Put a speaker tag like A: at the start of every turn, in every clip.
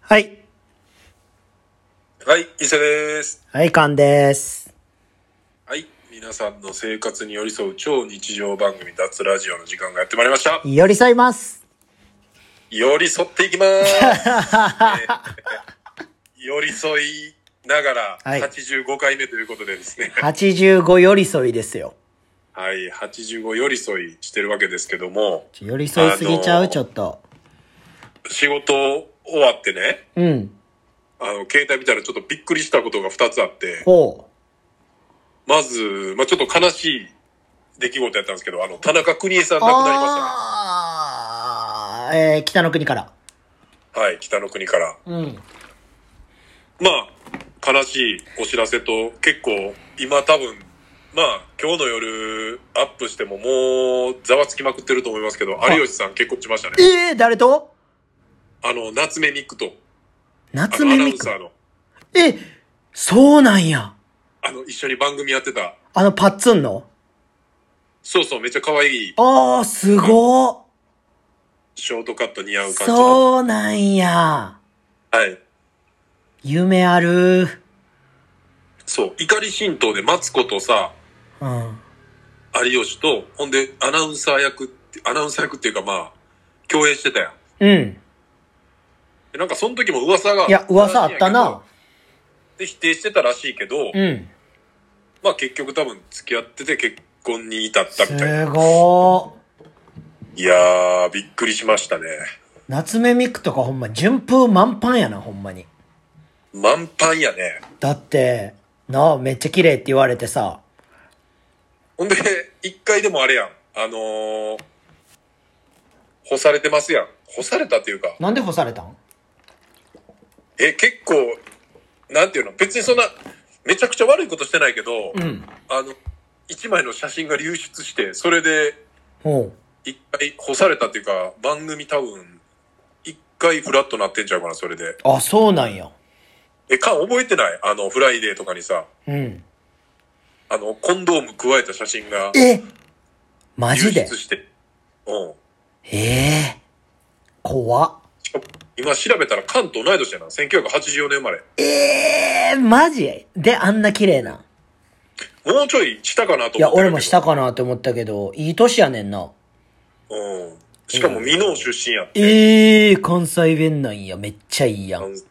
A: はい。
B: はい、伊勢です。
A: はい、カンです。
B: はい、皆さんの生活に寄り添う超日常番組脱ラジオの時間がやってまいりました。
A: 寄り添います。
B: 寄り添っていきます。えー寄り添いながら
A: はい
B: 85回目ということでですね。
A: 85寄り添いですよ。
B: はい、85寄り添いしてるわけですけども、
A: ちょ寄り添いすぎちゃ
B: あ
A: う、
B: の
A: ちょっと。
B: 仕事終わってね、
A: うん。
B: あの、携帯見たらちょっとびっくりしたことが2つあって、
A: ほ
B: まず、まあちょっと悲しい出来事やったんですけど、あの、田中邦衛さん
A: う。
B: 亡くなりましたね。
A: ああー、えー、北の国から。
B: はい、北の国から。
A: うん。
B: まあ、悲しいお知らせと、結構、今多分、まあ、今日の夜、アップしてももう、ざわつきまくってると思いますけど、
A: い
B: 有吉さん結婚しましたね。
A: ええー、誰と
B: あの、夏目ミクと、あ
A: 夏
B: の、ア
A: 目
B: ナウ
A: み
B: ンサ
A: く。
B: ーの、
A: え、そうなんや。
B: あの、一緒に番組やってた、
A: あのパッツンの。
B: そうそう、めっちゃ可愛い、
A: ああ、すごっ。
B: ショートカット似合う感じの。
A: そうなんや。
B: はい。
A: 夢ある。
B: そう、怒り神道でマツコとさ、
A: うん。
B: 有吉と、ほんで、アナウンサー役って、アナウンサー役っていうかまあ、共演してたやん。
A: うん。
B: でなんかその時も噂が。
A: いや、噂あったな。。
B: で、否定してたらしいけど、
A: うん。
B: まあ結局多分付き合ってて結婚に至ったみたい
A: す
B: な。
A: ごー。
B: いやー、びっくりしましたね。
A: 夏目ミクとかほんま順風満帆やなほんまに
B: 満帆やね。
A: だってなあめっちゃ綺麗って言われてさ
B: ほんで、一回でもあれやん。あのー、干されてますやん。干されたっていうか、
A: なんで干されたん
B: え、結構、なんていうの、別にそんな、めちゃくちゃ悪いことしてないけど、
A: ん
B: あの、一枚の写真が流出して、それで
A: おう
B: 一回干されたっていうか、番組多分、一回フラットなってんちゃうかな、それで。
A: あそうなんや
B: え、か、覚えてないあの、フライデーとかにさ、
A: うん
B: あの、コンドーム加えた写真が
A: えマ
B: 流
A: ジで
B: 出して。うん。
A: ええ怖っ
B: しかも今調べたら関東同い年やな。1984年生まれ。
A: ええマジであんな綺麗な
B: もうちょい下かなと思って
A: いや俺も
B: した
A: 下かなって思ったけどいい年やねんな
B: うん。しかも、美濃出身やって。
A: ええ関西弁なんやめっちゃいいやん
B: 関西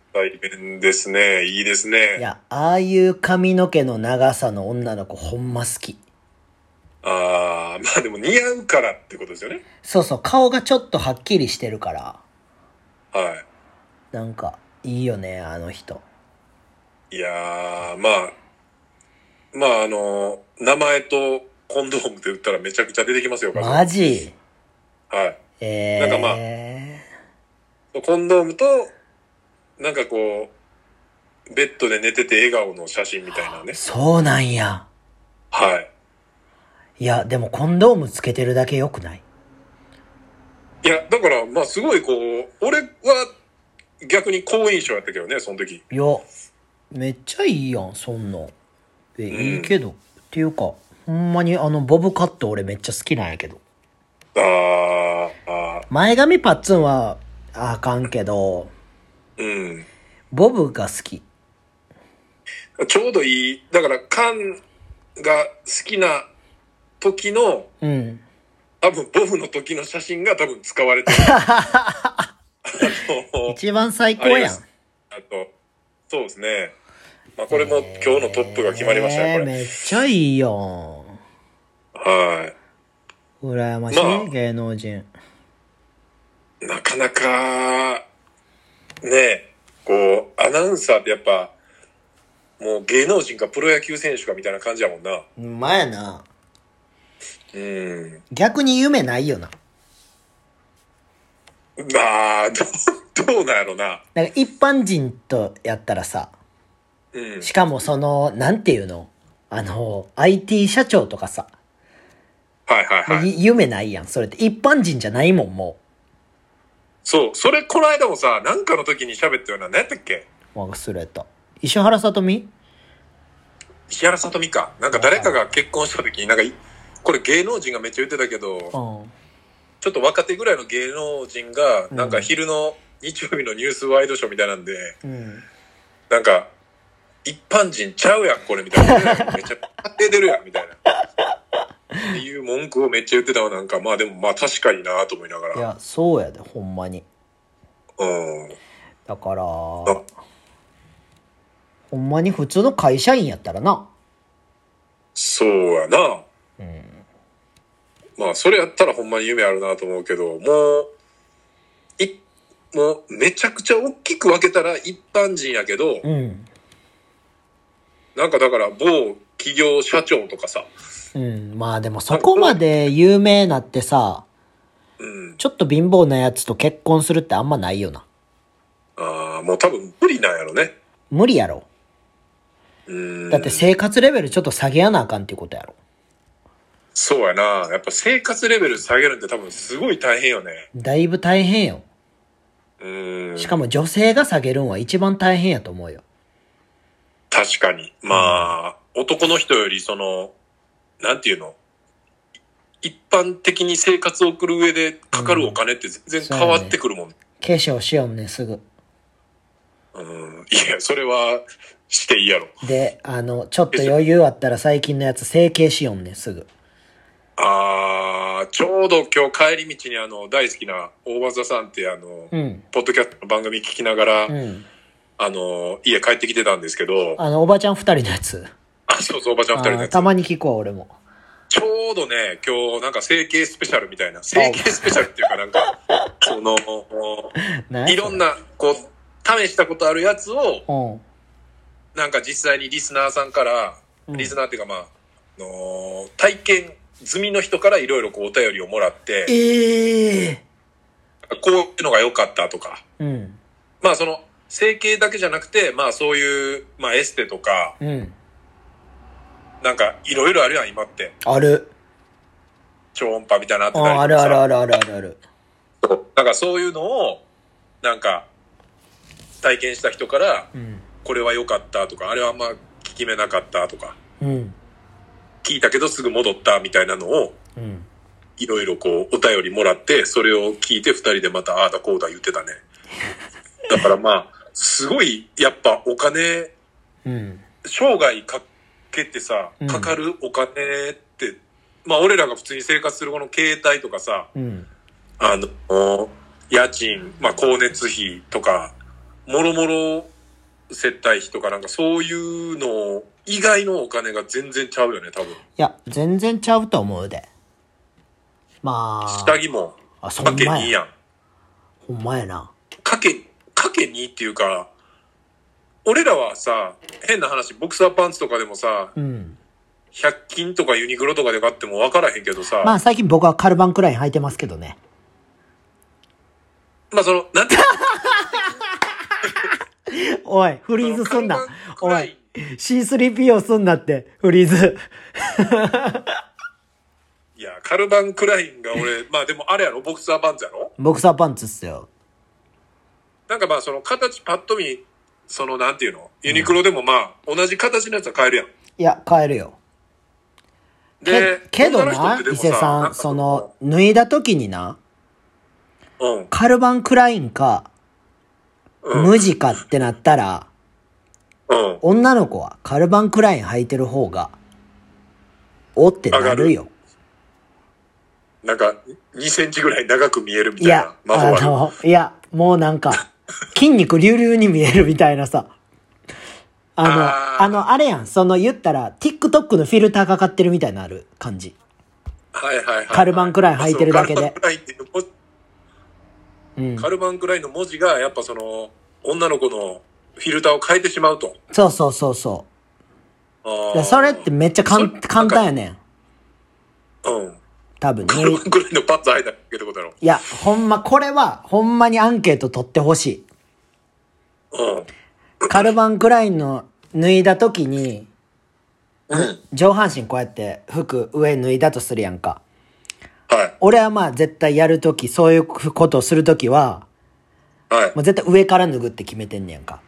B: 弁ですね。いいです
A: い
B: ね。
A: やああいう髪の毛の長さの女の子ほんま好き
B: あー、まあでも似合うからってことですよね。
A: そうそう顔がちょっとはっきりしてるから
B: は
A: なんか、いいよね、あの人。
B: い。いやー、まあ、まああの、名前とコンドームって言ったらめちゃくちゃ出てきますよ、
A: マジ
B: はい。
A: えー、
B: なんかまあコンドームと、なんかこう、ベッドで寝てて笑顔の写真みたいなね。
A: そうなんや。
B: はい。
A: いや、でもコンドームつけてるだけ良くない
B: いや、だから、まあすごいこう、俺は逆に好印象やったけどね、その時。
A: いや、めっちゃいいやん、そんなん。え、
B: ん
A: いいけど。っていうか、ほんまにあの、ボブカット俺めっちゃ好きなんやけど。
B: あーあー、
A: 前髪パッツンは、あかんけど、
B: うん。
A: ボブが好き。
B: ちょうどいい。だから、カンが好きな時の、
A: うん。
B: 多分ボブの時の写真が多分使われてる。あの
A: 一番最高やん。
B: あと、そうですね。まあこれも今日のトップが決まりましたね、
A: え
B: こ
A: ー
B: れ。
A: めっちゃいいやん。
B: は
A: 羨ましい、
B: まあ
A: 芸能人。
B: い。なかなか、ねえ、こう、アナウンサーってやっぱ、もう芸能人かプロ野球選手かみたいな感じやもんな。
A: うまやな。
B: うん。
A: 逆に夢ないよな。
B: まあ、どう、どうなんやろな。
A: なんか一般人とやったらさ、
B: うん。
A: しかもその、なんていうのあの、IT 社長とかさ、
B: はいはいはい。
A: い夢ないやん。それって一般人じゃないもん、も
B: そう、それこの間もさ、なんかの時に喋ったような、何やったっけ
A: う。忘れた。石原さとみ
B: 石原さとみか。なんか誰かが結婚した時に、なんかい、これ芸能人がめっちゃ言ってたけど、
A: うん。
B: ちょっと若手ぐらいの芸能人が、なんか昼の日曜日のニュースワイドショーみたいなんで、
A: うん。
B: なんか、一般人ちゃうやん、これ、みたいな。めっちゃ、出てるやん、みたいな。っていう文句をめっちゃ言ってたわ、なんか、まあでも、まあ確かになと思いなが
A: い
B: ら。
A: や、そうやで、ほんまに。
B: うん。
A: だから、
B: あ
A: ほんまに普通の会社員やったらな。
B: そうやな。
A: うん。
B: まあ、それやったらほんまに夢あるなと思うけど、もう、い、もう、めちゃくちゃ大きく分けたら一般人やけど、
A: うん。
B: なんかだから、某企業社長とかさ、
A: うん。まあでもそこまで有名なってさ、
B: うん。
A: ちょっと貧乏なやつと結婚するってあんまないよな。
B: ああ、もう多分無理なんやろね。
A: 無理やろ。
B: うん。
A: だって生活レベルちょっと下げやなあかんっていうことやろ。
B: そうやな。やっぱ生活レベル下げるって多分すごい大変よね。
A: だいぶ大変よ。
B: うん。
A: しかも女性が下げるんは一番大変やと思うよ。
B: 確かに。まあ、男の人よりその、なんていうの一般的に生活を送る上でかかるお金って全然変わってくるもん。
A: 化粧しようね、すぐ。
B: うん。いや、それはしていいやろ。
A: で、あの、ちょっと余裕あったら最近のやつ整形しようね、すぐ。
B: ああ、ちょうど今日帰り道にあの、大好きな大技さんってあの、
A: うん。
B: ポッドキャストの番組聞きながら、
A: うん。
B: あの、家帰ってきてたんですけど、
A: あの、おばちゃん二人のやつ。
B: あ、そうそう、おばちゃん二人の
A: あー
B: やつ
A: た。まに聞くわ、俺も。
B: ちょうどね、今日なんか整形スペシャルみたいな、整形スペシャルっていうかな んか、その、
A: ない
B: ろん。な、こう、試したことあるやつを、
A: うん。
B: なんか実際にリスナーさんから、
A: うん
B: リスナーっていうかまあ、あのー体験済みの人からいろいろこうお便りをもらって、
A: ええ
B: こういうのが良かったとか、
A: うん。
B: まあその、整形だけじゃなくて、まあそういう、まあエステとか、
A: うん。
B: なんかいろいろあるやん、今って。
A: ある。
B: 超音波みたいなのあって
A: あ
B: たりと
A: ー
B: か
A: ある
B: さ
A: あるあるあるあるある。
B: なんかそういうのを、なんか、体験した人から、
A: うん。
B: これは良かったとか、あれはあんま効き目なかったとか、
A: うん。
B: 聞いたけどすぐ戻ったみたいなのを、
A: うん。
B: いろいろこう、お便りもらって、それを聞いて二人でまた、ああだこうだ言ってたね。だからまあ、すごい、やっぱお金、
A: うん。
B: 生涯かけてさ
A: うん、
B: かかるお金って、まあ俺らが普通に生活するこの携帯とかさ、
A: うん。
B: あの、家賃、まあ、光熱費とか、もろもろ接待費とかなんかそういうの以外のお金が全然ちゃうよね、多分。
A: いや、全然ちゃうと思うで。まあ。
B: 下着も、
A: あ、そ
B: か
A: ん
B: け
A: ま
B: 2
A: や。
B: やん。
A: ほんまやな。
B: かけ、かけ2っていうか、俺らはさ、変な話、ボクサーパンツとかでもさ、
A: うん。
B: 100均とかユニクロとかで買っても分からへんけどさ、
A: ま
B: まあ、
A: あ最近僕はカルバンクライン履いてますけどね。
B: その、なんて、
A: おい、フリーズすんな
B: そのカルバン。ク
A: お
B: ラ
A: い
B: イ、
A: C3P をすんなって、フリーズ。
B: いや、カルバンクラインが俺、 まあでもあれやろ、ボクサーパンツやろ
A: ボクサーパンツっすよ。
B: なんかまあその形パッと見、そのなんていうのユニクロでもまあ同じ形のやつは買えるやん。
A: いや、買えるよ。け
B: で、
A: けど
B: 女の人っ
A: な、
B: て
A: 伊
B: でも
A: 勢さ
B: な
A: ん、
B: んか
A: その、脱いだ時にな、
B: うん。
A: カルバンクラインか、
B: うん。うん。
A: 無地かってなったら、女の子はカルバンクライン履いてる方が、おってなるよ。
B: なんか2センチぐらい長く見えるみ
A: い
B: たい
A: や
B: な。、魔法
A: あ
B: ある。
A: の、いや、もうなんか、筋肉隆々に見えるみたいなさ。あの、
B: あ
A: あ
B: ー
A: の、あれやん、その言ったら、TikTok のフィルターかかってるみたいなある感じ。
B: はいはいはい。
A: カルバンクライン履いてるだけで
B: そうカルバンクラインっていう文字
A: うん。
B: カルバンクラインの文字がやっぱその女の子のフィルターを変えてしまうと。
A: そうそうそうそ
B: あ
A: う。
B: ー
A: いやそれってめっちゃかん
B: それ
A: 簡単やねん。
B: うん。
A: 多分
B: カルバ
A: ね
B: ン。クラインのパンツ履いただけってことだろ。
A: いや、ほんま、これは、ほんまにアンケート取ってほし
B: うん。
A: い。カルバンクラインの脱いだ時に、
B: うん。
A: 上半身こうやって服上脱いだとするやんか。
B: はい。
A: 俺はまあ絶対やるとき、そういうことをするときは、
B: はい
A: も。う絶対上から脱ぐって決めてんねやんか。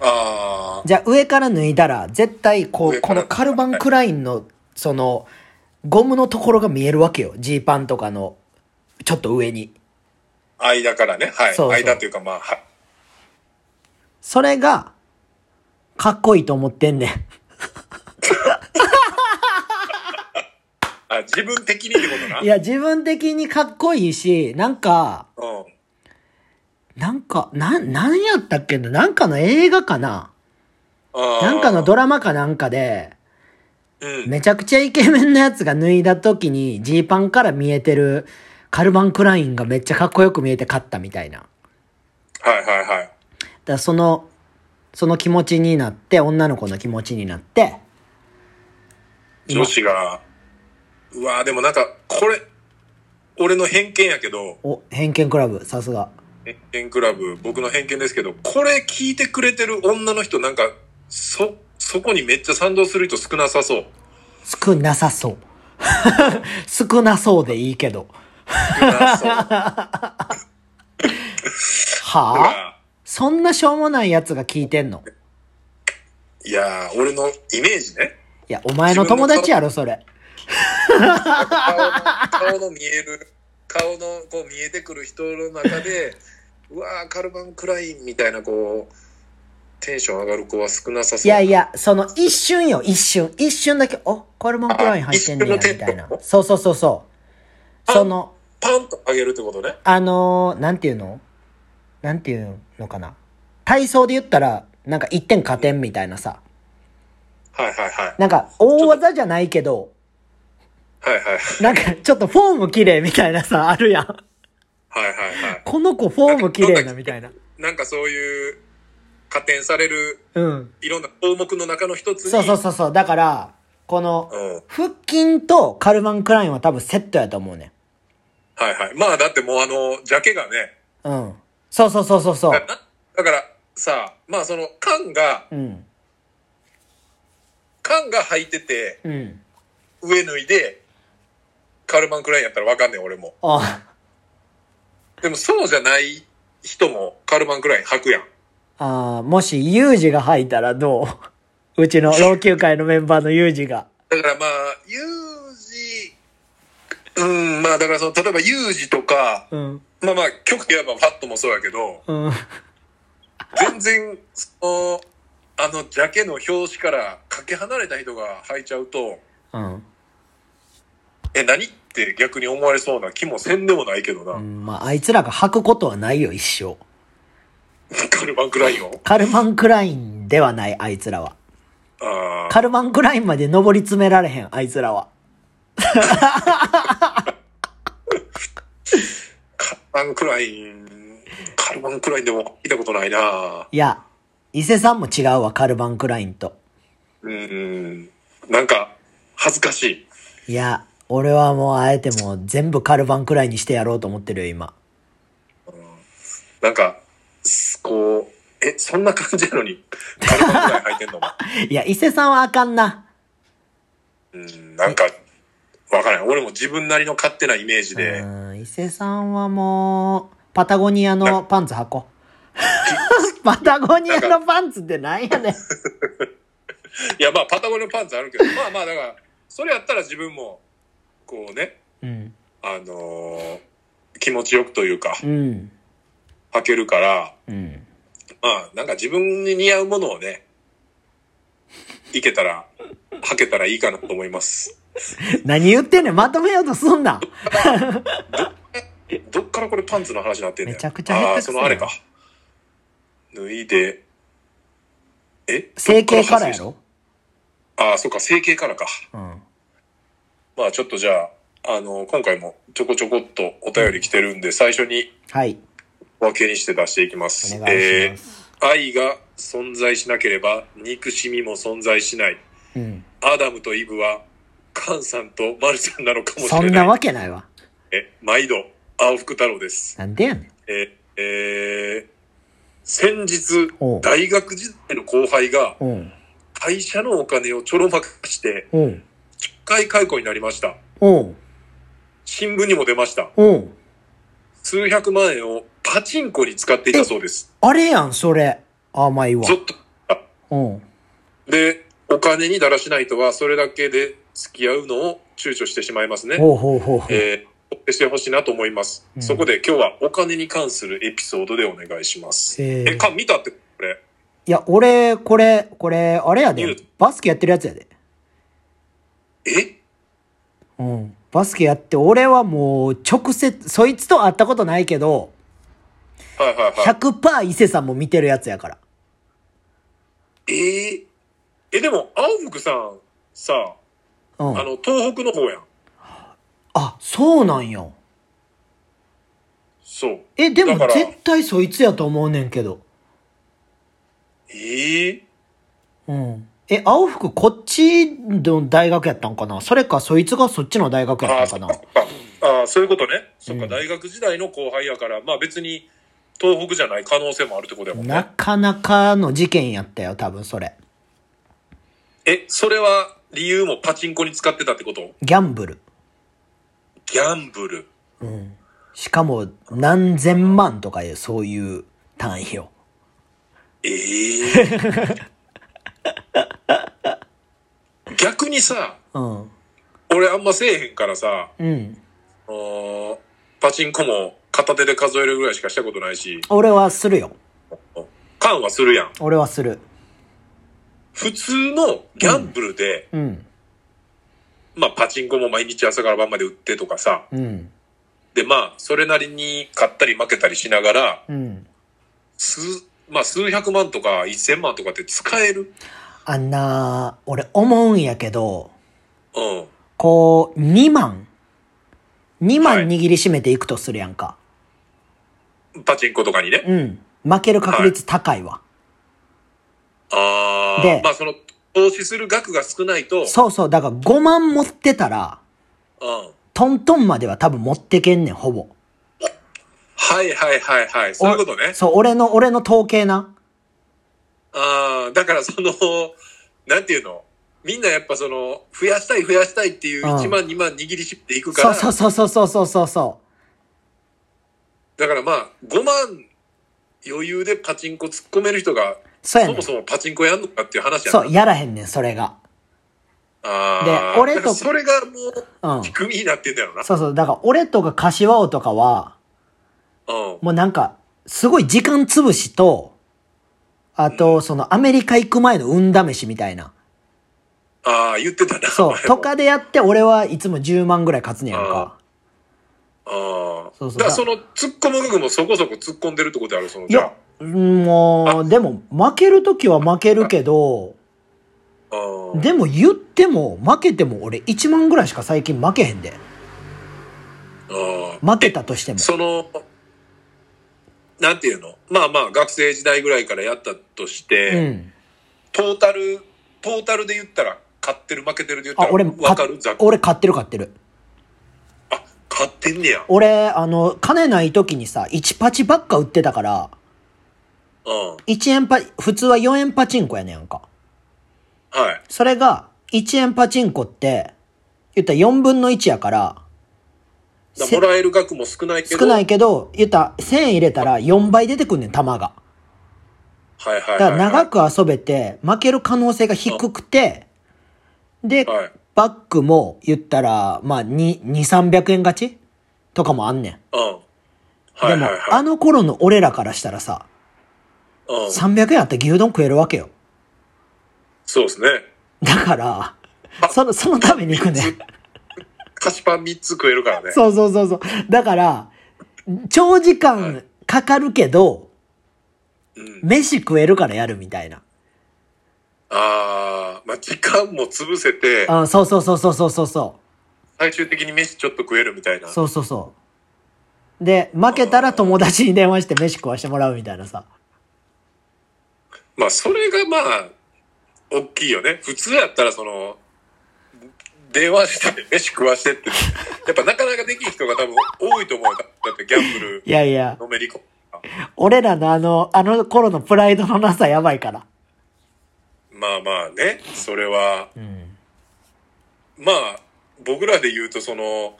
B: あ
A: じゃあ上から脱いだら、絶対こう、こ
B: 上から
A: のカルバンクラインの、その、ゴムのところが見えるわけよ。ジーパンとかの、ちょっと上に。
B: 間からね。はい。
A: そうそう
B: 間というかまあ、は
A: それが、かっこいいと思ってんねん。
B: あ、自分的にってことな。
A: いや、自分的にかっこいいし、なんか、
B: うん。
A: なんか、なん、なんやったっけななんかの映画かな
B: あー
A: なんかのドラマかなんかで、
B: うん。
A: めちゃくちゃイケメンのやつが脱いだ時に、ジーパンから見えてるカルバン・クラインがめっちゃかっこよく見えて勝ったみたいな。だか
B: はいはいはい。
A: らその、その気持ちになって、女の子の気持ちになって、今
B: 女子が、うわーでもなんか、これ、俺の偏見やけど、
A: お、偏見クラブ、さすが。
B: 偏見クラブ、僕の偏見ですけど、これ聞いてくれてる女の人なんか、そ、そこにめっちゃ賛同する人少なさそう。
A: 少なさそう。 少なそうでいいけど。
B: 少なそう。だか
A: はあ
B: ら
A: そんなしょうもないやつが聞いてんの
B: いやー、俺のイメージね。
A: いや、お前の友達やろ、それ。
B: 顔の、顔の見える、顔のこう見えてくる人の 中で、うわー、カルバン・クラインみたいなこう、テンション上がる子は少なさそう。
A: いやいや、その一瞬よ、一瞬。一瞬だけ、お、カルマンクライン入ってんねや、み
B: あ一瞬の
A: た
B: テ
A: い
B: ン
A: な
B: ポ。
A: そうそうそうそう。
B: あ
A: その、
B: パンと上げるってことね。
A: あのー、なんていうのなんていうのかな。体操で言ったら、なんか一点加点みたいなさ。
B: はいはいはい。
A: なんか、大技じゃないけど、
B: はいはい。
A: なんか、ちょっとフォーム綺麗みたいなさ、あるやん。
B: はいはいは
A: この子フォーム綺麗な、みたいな。
B: い。なんかそういう、加点される、
A: うん。
B: いろんな項目の中の一つに。
A: そうそうそうそう。だから、この、
B: うん。はい
A: 腹筋とカルマンクラインは多分セットやと思うね
B: はい。まあだってもうあの、ジャケがね、
A: ん。うん。そうそうそうそうそ
B: だ
A: う
B: か。らだからさ、まあその、缶が、
A: うん。
B: 缶が履いてて、
A: うん。
B: 上脱いで、カルマンクラインやったらわかんねえ俺も。
A: あ、
B: でもそうじゃない人もカルマンクライン履くやん。
A: あーもしユージが入ったらどう うちの老朽会のメンバーのユージが。
B: だからまあ、ユージ、うん、まあだからその、例えばユージとか、
A: うん。
B: まあまあ、極で言えばファットもそうやけど、
A: うん。
B: 全然、その、あの、ジャケの表紙からかけ離れた人が履いちゃうと、
A: うん。
B: え、何って逆に思われそうな気もせんでもないけどな、
A: うん、まあ、あいつらが履くことはないよ、一生。
B: カルマンクラインを。
A: カルマンクラインではない、あいつらは。
B: あー
A: カルマンクラインまで上り詰められへん、あいつらは。
B: カルマンクライン、カルマンクラインでも見たことないない
A: や、伊勢さんも違うわ、カルマンクラインと。
B: うん、なんか、恥ずかしい。
A: いや、俺はもうあえてもう全部カルバンくらいにしてやろうと思ってるよ、今。
B: なんか、すこう、え、そんな感じなのに、カルマンクライン履いて んのお前
A: いや、伊勢さんはあかんな。
B: うん、なんか、わからない。俺も自分なりの勝手なイメージ
A: う
B: で、
A: ーん、伊勢さんはもう、パタゴニアのパンツ履こ う。パタゴニアのパンツってなんやねん。
B: いや、まあ、パタゴニアのパンツあるけど、まあまあ、だから、それやったら自分も、こうね、
A: うん。
B: あのー気持ちよくというか
A: う、ん。
B: 履けるから、
A: うん。
B: まあ、なんか自分に似合うものをね、いけたら、履けたらいいかなと思います。
A: 何言ってんねん。まとめようとすんな。
B: どっからこれパンツの話になってんねん。
A: めちゃくちゃ下手くそや
B: あ
A: ん
B: あー、そのあれか。脱いで、え
A: 整形からやろ
B: ああ、そうか、整形からか。
A: うん。
B: まあちょっとじゃあ、あの、今回もちょこちょこっとお便り来てるんで、最初に
A: はい。
B: 分けにして出していきま
A: お
B: す。
A: 願いします。
B: えー愛が存在しなければ憎しみも存在しない。
A: うん。
B: アダムとイブは、カンさんとマルさんなのかもし
A: そ
B: れ
A: ん
B: な。
A: ないわけないわ。
B: え、毎度、青福太郎です。
A: なんでやねん。
B: えーえー先日
A: おう、
B: 大学時代の後輩が、
A: うん。
B: 会社のお金をちょろまかして、
A: うん。
B: 10回解雇になりました。
A: うん。
B: 新聞にも出ました。
A: うん。
B: 数百万円をパチンコに使っていたそうです。
A: あれやん、それ。甘いわ
B: ち。ょっと。
A: うん。
B: で、お金にだらしない人はそれだけで付き合うのを躊躇してしまいますね。
A: ほうほうほうほう。
B: えー定してほしいなと思います、
A: うん
B: そこで今日はお金に関するエピソードでお願いします。
A: えー
B: え、か、見たって、これ。
A: いや、俺、これ、これ、あれや
B: 言
A: で
B: う。
A: バスケやってるやつやで。
B: え
A: うん。バスケやって、俺はもう、直接、そいつと会ったことないけど、
B: はいはいは
A: 100%伊勢さんも見てるやつやから。
B: い。えーえ、でも、青福さん、さ、
A: う
B: あ
A: ん。
B: の、東北の方やん。
A: あ、そうなんや。
B: そう。
A: え、でも
B: だから
A: 絶対そいつやと思うねんけど。
B: えー
A: うん。え、青服こっちの大学やったんかなそれかそいつがそっちの大学や
B: あ
A: っ
B: あ、
A: た
B: そ
A: ん
B: っ
A: かな
B: かそっか。ああ、そういうことね。そっか、
A: うん
B: 大学時代の後輩やから、まあ別に、東北じゃない可能性もあるってことやもん
A: な
B: ね。
A: かなかの事件やったよ、多分それ。
B: え、それは、理由もパチンコに使ってたってこと
A: ギャンブル。
B: ギャンブル。
A: うん。しかも何千万とかいう、そういう単位を。
B: ええ 逆にさ、
A: うん。
B: 俺あんませえへんからさ、
A: うん。
B: あのパチンコも片手で数えるぐらいしかしたことないし、
A: 俺はするよ。
B: 缶はするやん。
A: 俺はする。
B: 普通のギャンブルで、
A: うん。
B: まあパチンコも毎日朝から晩まで売ってとかさ、
A: うん。
B: でまあ、それなりに勝ったり負けたりしながら、
A: うん。
B: 数、まあ数百万とか一千万とかって使える。
A: あんな、俺思うんやけど、
B: うん。
A: こう、2万。2
B: は
A: 万
B: い
A: 握りしめていくとするやんか。
B: パチンコとかにね。
A: うん。負ける確率高いわ。
B: あ
A: で
B: あ。まあその、投資する額が少ないと、
A: そうそう。だから5万持ってたら、
B: うん。
A: トントンまでは多分持ってけんねん、ほぼ。
B: はいはいはいはい。そういうこと
A: お
B: ね。
A: そう、俺の、俺の統計な。
B: ああ、だからその、なんていうのみんなやっぱその、増やしたい増やしたいっていう
A: うん
B: 1万2万握りしっていくか
A: そう
B: ら、
A: そうそうそうそうそうそ
B: だからまあ、5万余裕でパチンコ突っ込める人が、
A: う。そうや
B: そ
A: ねん
B: も。そもパチンコやんのかっていう話やな
A: そう、やらへんねん、それが。
B: ああ。
A: で俺と
B: だからそれがも
A: うん
B: う、。仕組みになってんだよな。
A: そうそう。だから俺とか柏尾とかは、
B: うん。
A: もうなんか、すごい時間潰しと、あと、そのアメリカ行く前の運試しみたいな。
B: ああ、言ってたな。
A: そ
B: 前も
A: う、と。かでやって俺はいつも10万ぐらい勝つねやんか。
B: ああ。
A: そうそう
B: だからその、突っ込む額もそこそこ突っ込んでるってことやろ、その、
A: い
B: じゃ
A: や、もう、でも負けるときは負けるけど、
B: あ。うん
A: でも言っても、負けても俺1万ぐらいしか最近負けへんで。
B: ああ。
A: 負けたとしても。
B: その、なんていうのまあまあ、学生時代ぐらいからやったとし
A: う
B: て、
A: ん。
B: トータル、トータルで言ったら、勝ってる負けてるで言った
A: あ、
B: ら、
A: 俺、
B: わかる
A: か
B: ざっくり
A: 俺買ってる買ってる。
B: あ、勝ってんねや。
A: 俺、あの、金ない時にさ、1パチばっか売ってたから、
B: うん。はい。
A: 1円パ、普通は4円パチンコやねんか。それが、1円パチンコって、言ったら4分の1やから、
B: だ
A: せ
B: もらえる額も少ないけど。
A: 少ないけど、言ったら1000円入れたら4倍出てくんねん、玉が。
B: はいはい
A: だ
B: は
A: か
B: い、
A: ら
B: はい。
A: 長く遊べて、負ける可能性が低くて、で、
B: はい。
A: バックも言ったら、まあ、2、2、300円勝ちとかもあんねん。
B: うん。はいはい
A: でも、
B: は
A: あ
B: い。
A: の頃の俺らからしたらさ、
B: うん。
A: 300円あったら牛丼食えるわけよ。
B: そうですね。
A: だから、その、そのために行くねん。
B: 菓子パン3つ食えるからね。
A: そうそうそうそう。だから、長時間かかるけど、
B: うん。
A: 飯食えるからやるみたいな。
B: ああ、まあ、時間も潰せて、
A: あそうそうそうそうそうそうそ
B: 最終的に飯ちょっと食えるみたいな。
A: う。そうそうそう。で、負けたら友達に電話して飯食わしてもらうみたいなさ。
B: まあ、それがまあ、大きいよね。普通やったら、その、電話して、飯食わしてって、やっぱなかなかできん人が多分多いと思うよ。だだってギャンブル
A: い、やいや、
B: のめり込む。
A: 俺らのあの、あの頃のプライドのなさやばいから。
B: まあまあね、それは、
A: うん。
B: まあ、僕らで言うと、その、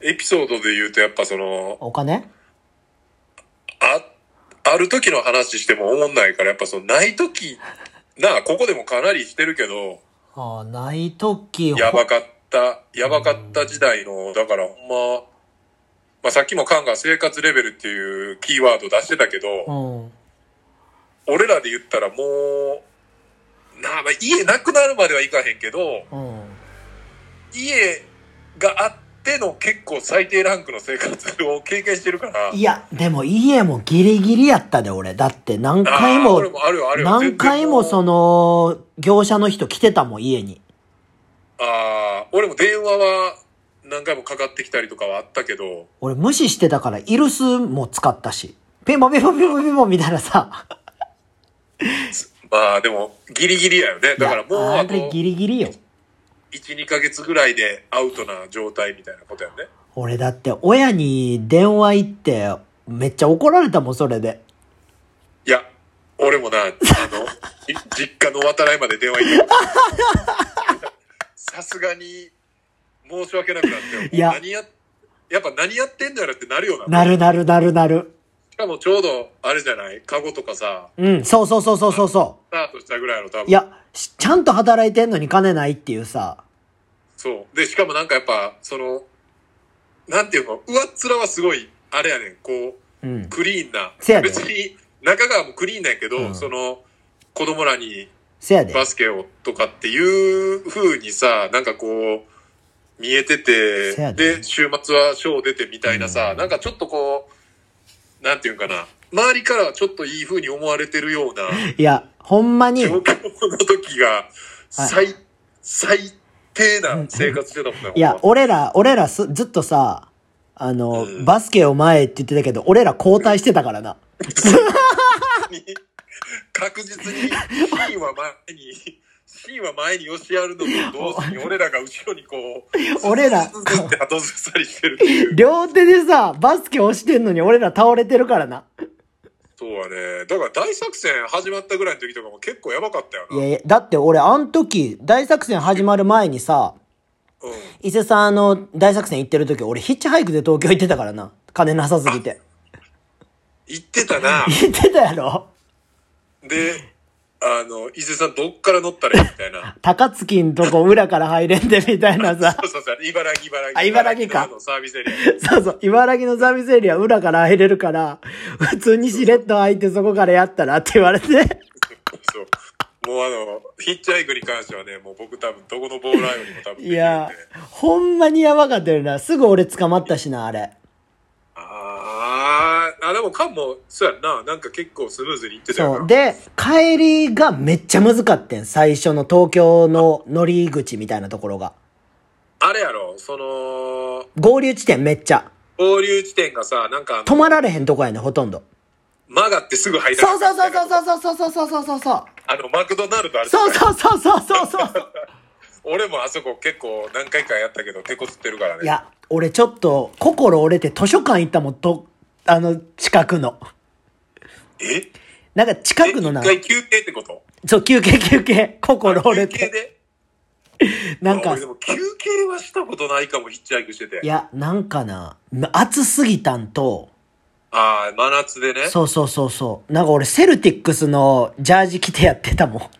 B: エピソードで言うと、やっぱその、
A: お金
B: あ、ある時の話しても思んないから、やっぱその、ない時、なあ、ここでもかなりしてる けど、
A: ああ、ないとき、
B: やばかった、やばかった時代の、だからほんま、まあ、さっきもカンが生活レベルっていうキーワード出してたけど、
A: うん。
B: 俺らで言ったらもう、なあ、まあ、家なくなるまではいかへんけど、
A: うん。
B: 家があっての結構最低ランクの生活を経験してるから、
A: いや、でも家もギリギリやったで、俺。だって何
B: あー
A: 回も
B: 俺、もあるよ、あるよ。
A: 何回もそ
B: の。
A: の、業者の人来てたもん、家に。
B: ああ、俺も電話は何回もかかってきたりとかはあったけど、
A: 俺無視してたから、イルスも使ったし。ピンポンピンポンピンポンピンポンみたいなさ。
B: まあでもギリギリやよね。だからも
A: いうや
B: あ
A: あ
B: と
A: れギ
B: 1、
A: リギリよ。
B: 2ヶ月ぐらいでアウトな状態みたいなことやね。
A: 俺だって親に電話行って、めっちゃ怒られたもん、それで。
B: いや、俺もな、あの、 い実家の渡来まで電話行った。 さすがに、申し訳なくなって、もう
A: いや
B: 何や、やっぱ何やってんだよってなるよな。
A: なるなるなるなる。
B: しかもちょうど、あれじゃないカゴとかさ、
A: うん、そうそうそうそうそうそ
B: スタートしたぐらいの多
A: う。い
B: 分。
A: や、しちゃんと働いてんのに金ないっていうさ。
B: そう。で、しかもなんかやっぱ、その、なんていうの、上っ面はすごい、あれやねん、こ
A: う
B: う、
A: ん。
B: クリーンな。
A: せやで
B: 別に、中川もクリーンなんやけど、
A: うん
B: その、子供らに
A: せやで。
B: バスケをとかっていう風にさ、なんかこう、見えて
A: せや
B: て、
A: で
B: で、週末はショー出てみたいなさ、
A: うん
B: なんかちょっとこう、なんていうんかな、周りからはちょっといい風に思われてるよ うない
A: や、ほんまに、
B: 状況の時が、最、最低な生活してたもんね。
A: いや、
B: ほん
A: 俺ら、俺らすずっとさ、あの、
B: うん
A: バスケを前って言ってたけど、俺ら交代してたからな。
B: まに、確実に、シーンは前に、シーンは前に吉やるのと同時に、俺らが後ろにこう、
A: 俺ら
B: ズズズズって後ずさりしてるってい う。
A: 両手でさ、バスケ押してんのに俺ら倒れてるからな。
B: そうはね。だから大作戦始まったぐらいの時とかも結構やばかったよ
A: い
B: な。
A: やいや、だって俺、あん時、大作戦始まる前にさ、
B: うん。
A: 伊勢さんの大作戦行ってる時、俺ヒッチハイクで東京行ってたからな。金なさすぎて。。
B: 行ってたな
A: 行ってたやろ。
B: で、あの、伊勢さんどっから乗ったらいいみたいな
A: 高槻んとこ裏から入れんでみたいなさ
B: そ。うそうそう。茨城、茨城。
A: あ茨城か
B: あのサービスエリ ア。
A: そうそう、茨城のサービスエリア裏から入れるから、普通にしれっと入ってそこからやったらって言われて。
B: そう。もうあの、ヒッチハイクに関してはね、もう僕多分どこのボーラーよりも多分できるん
A: い
B: で。
A: や、ほんまにやばかったよな。すぐ俺捕まったしな、あれ。
B: あーあ、でもカンも、そうやんな。なんか結構スムーズに行ってたよな。
A: そう。で、帰りがめっちゃ難かってん。最初の東京の乗り口みたいなところが。
B: あれやろ、その、
A: 合流地点めっちゃ。
B: 合流地点がさ、なんかあの
A: 止まられへんとこやねん、ほとんど。
B: 曲がってすぐ入ら
A: そうそう
B: な
A: そ
B: いみたいな
A: うそうそうそうそうそうそうそうそう。
B: あの、マクドナルドあるじゃな
A: そ
B: いう
A: そうそうそうそうそう。
B: 俺もあそこ結構何回かやったけど、手こずってるからね。
A: いや、俺ちょっと心折れて図書館行ったもん、と、あの、近くの。
B: え
A: なんか近くのな
B: 一、回休憩ってこと
A: そう、休憩休憩、心折れ
B: 休
A: て。
B: 憩で
A: なんか
B: 俺で、も休憩はしたことないかも、ヒッチハイクしてて
A: い。や、なんかな、暑すぎたんと、
B: ああ、真夏でね。
A: そうそうそうそう。なんか俺、セルティックスのジャージ着てやってたもん。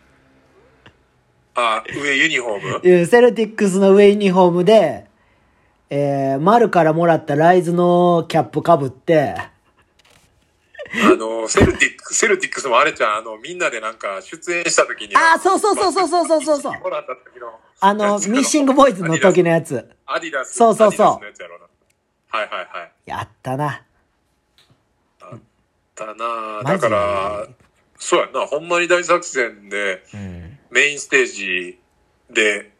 B: ああ、上ユニフォーム
A: うんセルティックスの上ユニフォームで、えー、丸からもらったライズのキャップかぶ って、
B: あの、セルティック、セルティックスもあれちゃん、あの、みんなでなんか出演した時に。
A: あーそうそうそうそうそうそうそうそう
B: バスケットボールもらった時の
A: あの、ミッシングボーイズの時のやつ。
B: アディダス。
A: そうそうそう
B: アディダスのやつやろな。はいはいはい。
A: やったな。
B: だなあ
A: マ
B: だ
A: ジで
B: から、そうやんな、ほんまに大作戦で、
A: うん。
B: メインステージで、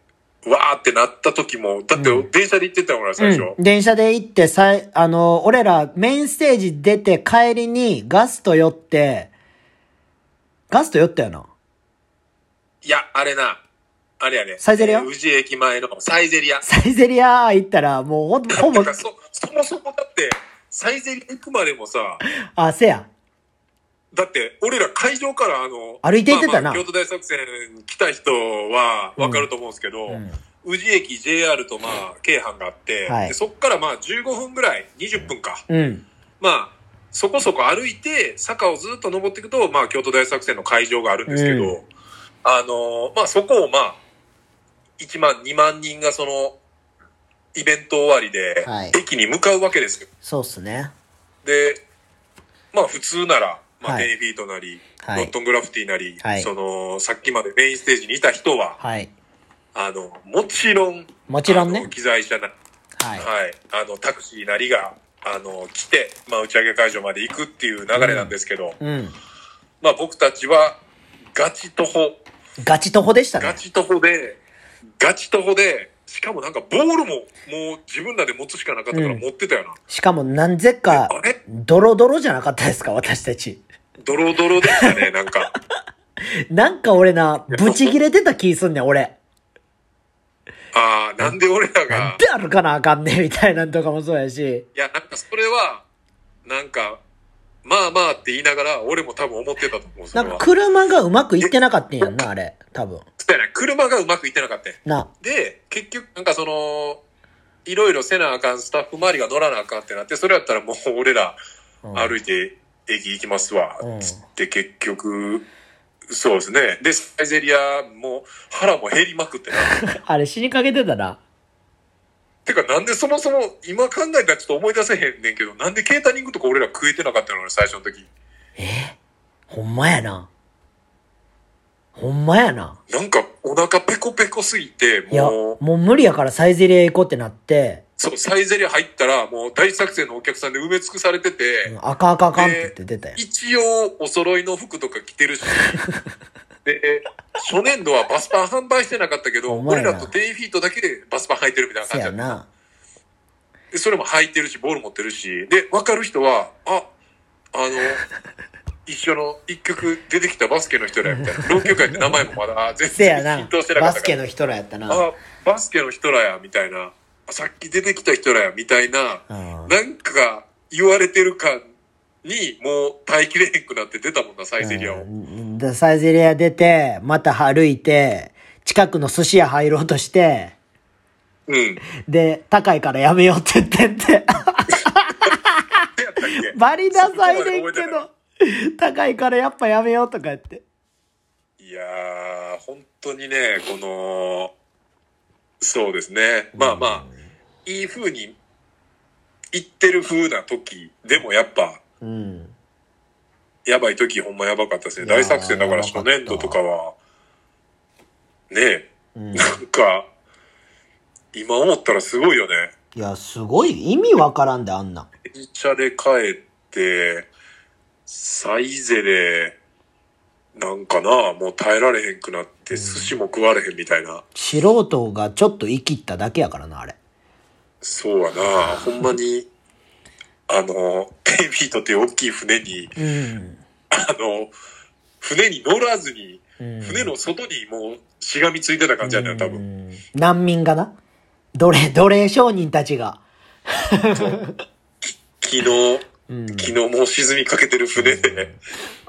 B: わーってなった時も、だって電車で行ってたもんな、最初。
A: うん、電車で行って、さい、あの、俺らメインステージ出て帰りにガスト寄って、ガスト寄ったよな。
B: いや、あれな、あれやね。
A: サイゼリヤ
B: えー宇治駅前のサイゼリア。
A: サイゼリア行ったら、もうほんほぼ
B: だか、らそ、そもそもだって、サイゼリア行くまでもさ、
A: あ、せや。
B: だって、俺ら会場からあの、
A: 歩いて行ってたな
B: まあまあ京都大作戦来た人はわかると思うんですけど、
A: うん。
B: 宇治駅 JR とまあ、京阪があって、
A: はい
B: でそっからまあ15分ぐらい、20分か。
A: うん。
B: まあ、そこそこ歩いて、坂をずっと登っていくと、まあ、京都大作戦の会場があるんですけど、
A: うん
B: あのーまあ、そこをまあ、1万、2万人がその、イベント終わりで
A: はい、
B: 駅に向かうわけですよ。
A: そうっすね。
B: で、まあ普通なら、まあ
A: はい
B: 10フィートなり、
A: はい
B: ロットングラフティなり、
A: はい
B: その、さっきまでメインステージにいた人は、
A: はい。
B: あの、もちろん、
A: もちろん
B: あの
A: ね。
B: 機材車な、
A: はい。
B: はい、あの、タクシーなりが、あの、来て、まあ打ち上げ会場まで行くっていう流れなんですけど、
A: うん。
B: まあ僕たちは、ガチ徒歩、
A: ガチ徒歩でした
B: ガ
A: ね。
B: チ徒歩で、ガチ徒歩で、しかもなんかボールも、もう自分らで持つしかなかったから
A: うん
B: 持ってたよな。
A: しかも、なんぜか
B: あ、れ
A: ドロドロじゃなかったですか、私たち。
B: ドロドロでしたね、なん か。
A: なんか俺な、ブチ切れてた気すんねん、俺。
B: ああ、なんで俺
A: な
B: ら
A: ん
B: が。
A: で歩かなあかんねん、みたいなんとかもそうやし。
B: いや、なんかそれは、なんか、まあまあって言いながら、俺も多分思ってたと思う、そ
A: な
B: れ
A: ん
B: は
A: か。車がうまくいってなかったんやんな、あれ。多分。
B: そうやな車がうまくいってなかったんや
A: な。
B: で、結局、なんかその、いろいろせなあかんスタッフ周りが乗らなあかんってなって、それやったらもう俺ら
A: うん
B: 歩いて駅行きますわ
A: うん、
B: つって結局、そうですね。で、サイゼリアも腹も減りまくってな。
A: あれ死にかけてたな。
B: てかなんでそもそも今考えたらちょっと思い出せへんねんけど、なんでケータリングとか俺ら食えてなかったの俺最初の時。
A: ほんまやな。ほんまやな。
B: なんかお腹ペコペコすぎて、
A: いや、
B: も
A: もう
B: う、
A: 無理やからサイゼリア行こうってなって、
B: そう、サイゼリア入ったらもう大作戦のお客さんで埋め尽くされて
A: う
B: て、
A: ん、あかんあかんあかんって言って出たやん。
B: 一応お揃いの服とか着て るし、で、初年度はバスパン販売してなかったけど、
A: お前
B: 俺
A: ら
B: らとテイフィートだけでバスパン履いてるみたいな
A: せ
B: 感じ
A: や
B: だった
A: な。
B: でそれも履いてるし、ボール持ってるし、で、わかる人は、あ、あ の、一緒の一曲出てきたバスケの人らやみたいな。老朽会って名前もまだ全
A: せや
B: 然
A: な
B: 浸透して。なか
A: バ
B: った
A: ス
B: か
A: ケ
B: ら。
A: の人らやったな。
B: あ、バスケの人らや、みたいな。あさっき出てきた人らや、みたいな。
A: うん
B: なんか言われてる感に、もう耐えきれへんくなって出たもんな、サイゼリアを。
A: うんでサイゼリア出て、また歩いて、近くの寿司屋入ろうとして、
B: うん。
A: で、高いからやめようって言ってんて。
B: でやったっけ
A: バリダサいねんけど、高いからやっぱやめようとか言って。
B: いやー、本当にね、この、そうですね。まあまあ、いい風に言ってる風な時、でもやっぱ、
A: うん。
B: やばい時ほんまやばかったですね。
A: いやー
B: 大作戦だか
A: やば
B: ら初
A: かった
B: 年度とかは、ね
A: うん
B: え、なんか、今思ったらすごいよね。
A: いや、すごい、意味わからんで、あんなん。
B: 電車で帰って、サイゼで、なんかな、もう耐えられへんくなって、寿司も食われへんみたいな。
A: 素人がちょっと生きっただけやからな、あれ。
B: そうやな、ほんまに、あの、ペイビートっていう大きい船に、
A: うん。
B: あの、船に乗らずに、
A: うん
B: 船の外にもうしがみついてた感じやねん、多分。
A: うん難民がな。奴隷、奴隷商人たちが。
B: 昨日、
A: うん。
B: 昨日もう沈みかけてる船で、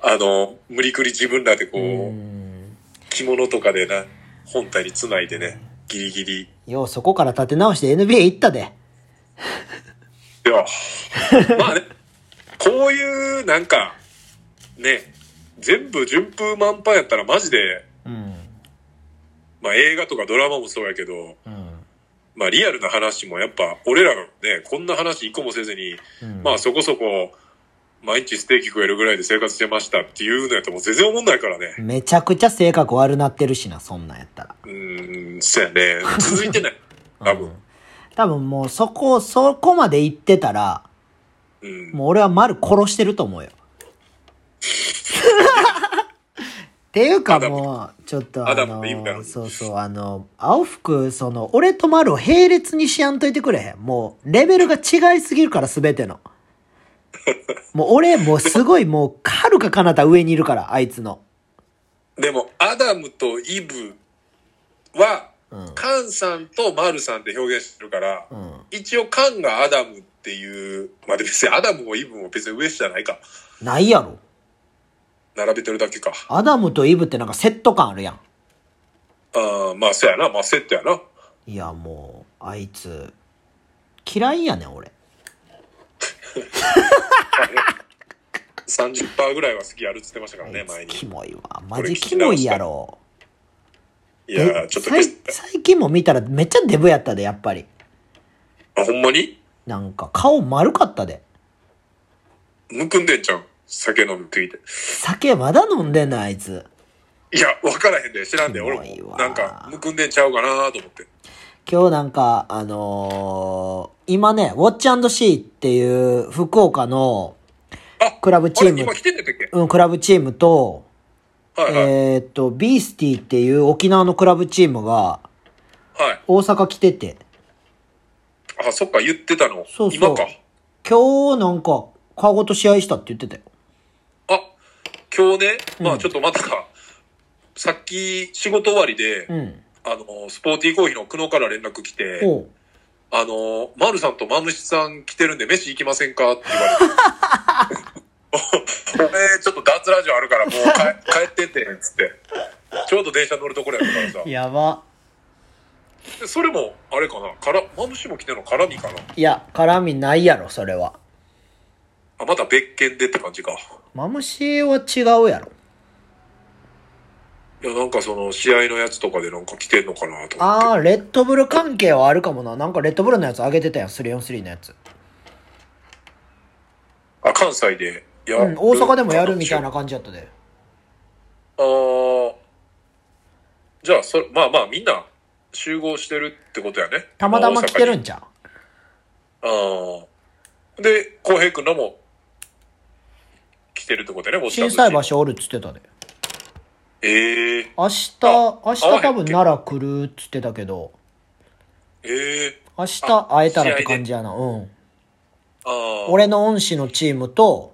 B: あの、無理くり自分らでこ
A: う
B: う、
A: ん
B: 着物とかでな、本体に繋いでね、ギリギリ。
A: よう、そこから立て直して NBA 行ったで。
B: いや、まあね、こういうなんか、ね、全部順風満帆やったらマジで、
A: うん。
B: まあ映画とかドラマもそうやけど、
A: うん。
B: まあリアルな話もやっぱ俺らがね、こんな話一個もせずに、
A: うん
B: まあそこそこ毎日ステーキ食えるぐらいで生活してましたっていうのやったらもう全然思んないからね。
A: めちゃくちゃ性格悪なってるしな、そんなんやったら。
B: うーん、そうやね。続い てない。多分。
A: 多分もうそこ、そこまで行ってたら、
B: うん。
A: もう俺は丸殺してると思うよ。っていうかもう、ちょっとあ
B: アダムとイブだ
A: の、
B: ろ
A: そうそう、あの、青服、その、俺と丸を並列にしやんといてくれへん。もう、レベルが違いすぎるから、すべての。もう俺、もうすごい、もう、はるか彼方上にいるから、あいつの。
B: でも、アダムとイブは、
A: うん。
B: カンさんとマルさんって表現してるから、
A: うん。
B: 一応カンがアダムっていう、まあでも別にアダムもイブも別に上じゃないか。
A: ないやろ。
B: 並べてるだけか。
A: アダムとイブってなんかセット感あるやん。
B: あーまあそうやな。まあセットやな。
A: いや、もう、あいつ、嫌いやねん、俺。
B: 30%ぐらいは好きやるっつってましたから
A: あ
B: ね
A: い、つ
B: 前に。
A: キ
B: い
A: モいわ。マジキモいやろ。
B: やー、
A: え
B: ちょっと
A: さい
B: 消す
A: 最近も見たらめっちゃデブやったで、やっぱり。
B: あ、ほんまに
A: なんか顔丸かったで。
B: むくんでんじゃん。酒飲みすぎて。
A: 酒まだ飲んでんのあいつ。
B: いや、わからへんで、知らんで、
A: キモいわ
B: 俺も。なんか、むくんでんちゃうかなと思って。
A: 今日なんか、あのー今ね、ウォッチシーっていう福岡の
B: あ
A: クラブチ
B: あれ
A: ーム
B: 今、来てんねんだっけ
A: うん、クラブチームと、
B: はいはい。
A: えーっと、ビースティっていう沖縄のクラブチームが
B: はい。
A: 大阪来てて、
B: あ、そっか、言ってたの。
A: そうそう
B: 今か。
A: 今日なんか、カゴと試合したって言ってたよ。
B: あ、今日ね、ま
A: う
B: あ
A: ん
B: ちょっとまた、さっき仕事終わりで、
A: うん。
B: あの、スポーティーコーヒーの久野から連絡来て、
A: おう
B: あの、マルさんとマムシさん来てるんで飯行きませんかって言われて。 俺、ちょっと脱ラジオあるからもう帰帰ってってん、つって。ちょうど電車乗るところやったからさ。
A: やば。
B: でそれも、あれかな、から、マムシも来てんの絡みかな。
A: いや、絡みないやろ、それは。
B: あ、また別件でって感じか。
A: マムシは違うやろ。
B: いや、なんかその、試合のやつとかでなんか来てんのかなと思って。
A: あー、レッドブル関係はあるかもな。なんかレッドブルのやつ上げてたやん、343のやつ。
B: あ、関西でや
A: うん、大阪でもやるみたいな感じやったで。
B: あーじゃあそれまあまあみんな集合してるってことやね
A: たまたま来てる
B: ん
A: んじゃん。
B: あーで浩平君らも来てるってことやねもしか
A: 震
B: したら
A: 災橋おるっつってたで。
B: ええ
A: 明日、
B: あ
A: 明日
B: 会わへんっけ
A: 多分奈良来るっつってたけど、
B: ええ
A: 明日会えたらって感じやな。うん。
B: ああ
A: 俺の恩師のチームと、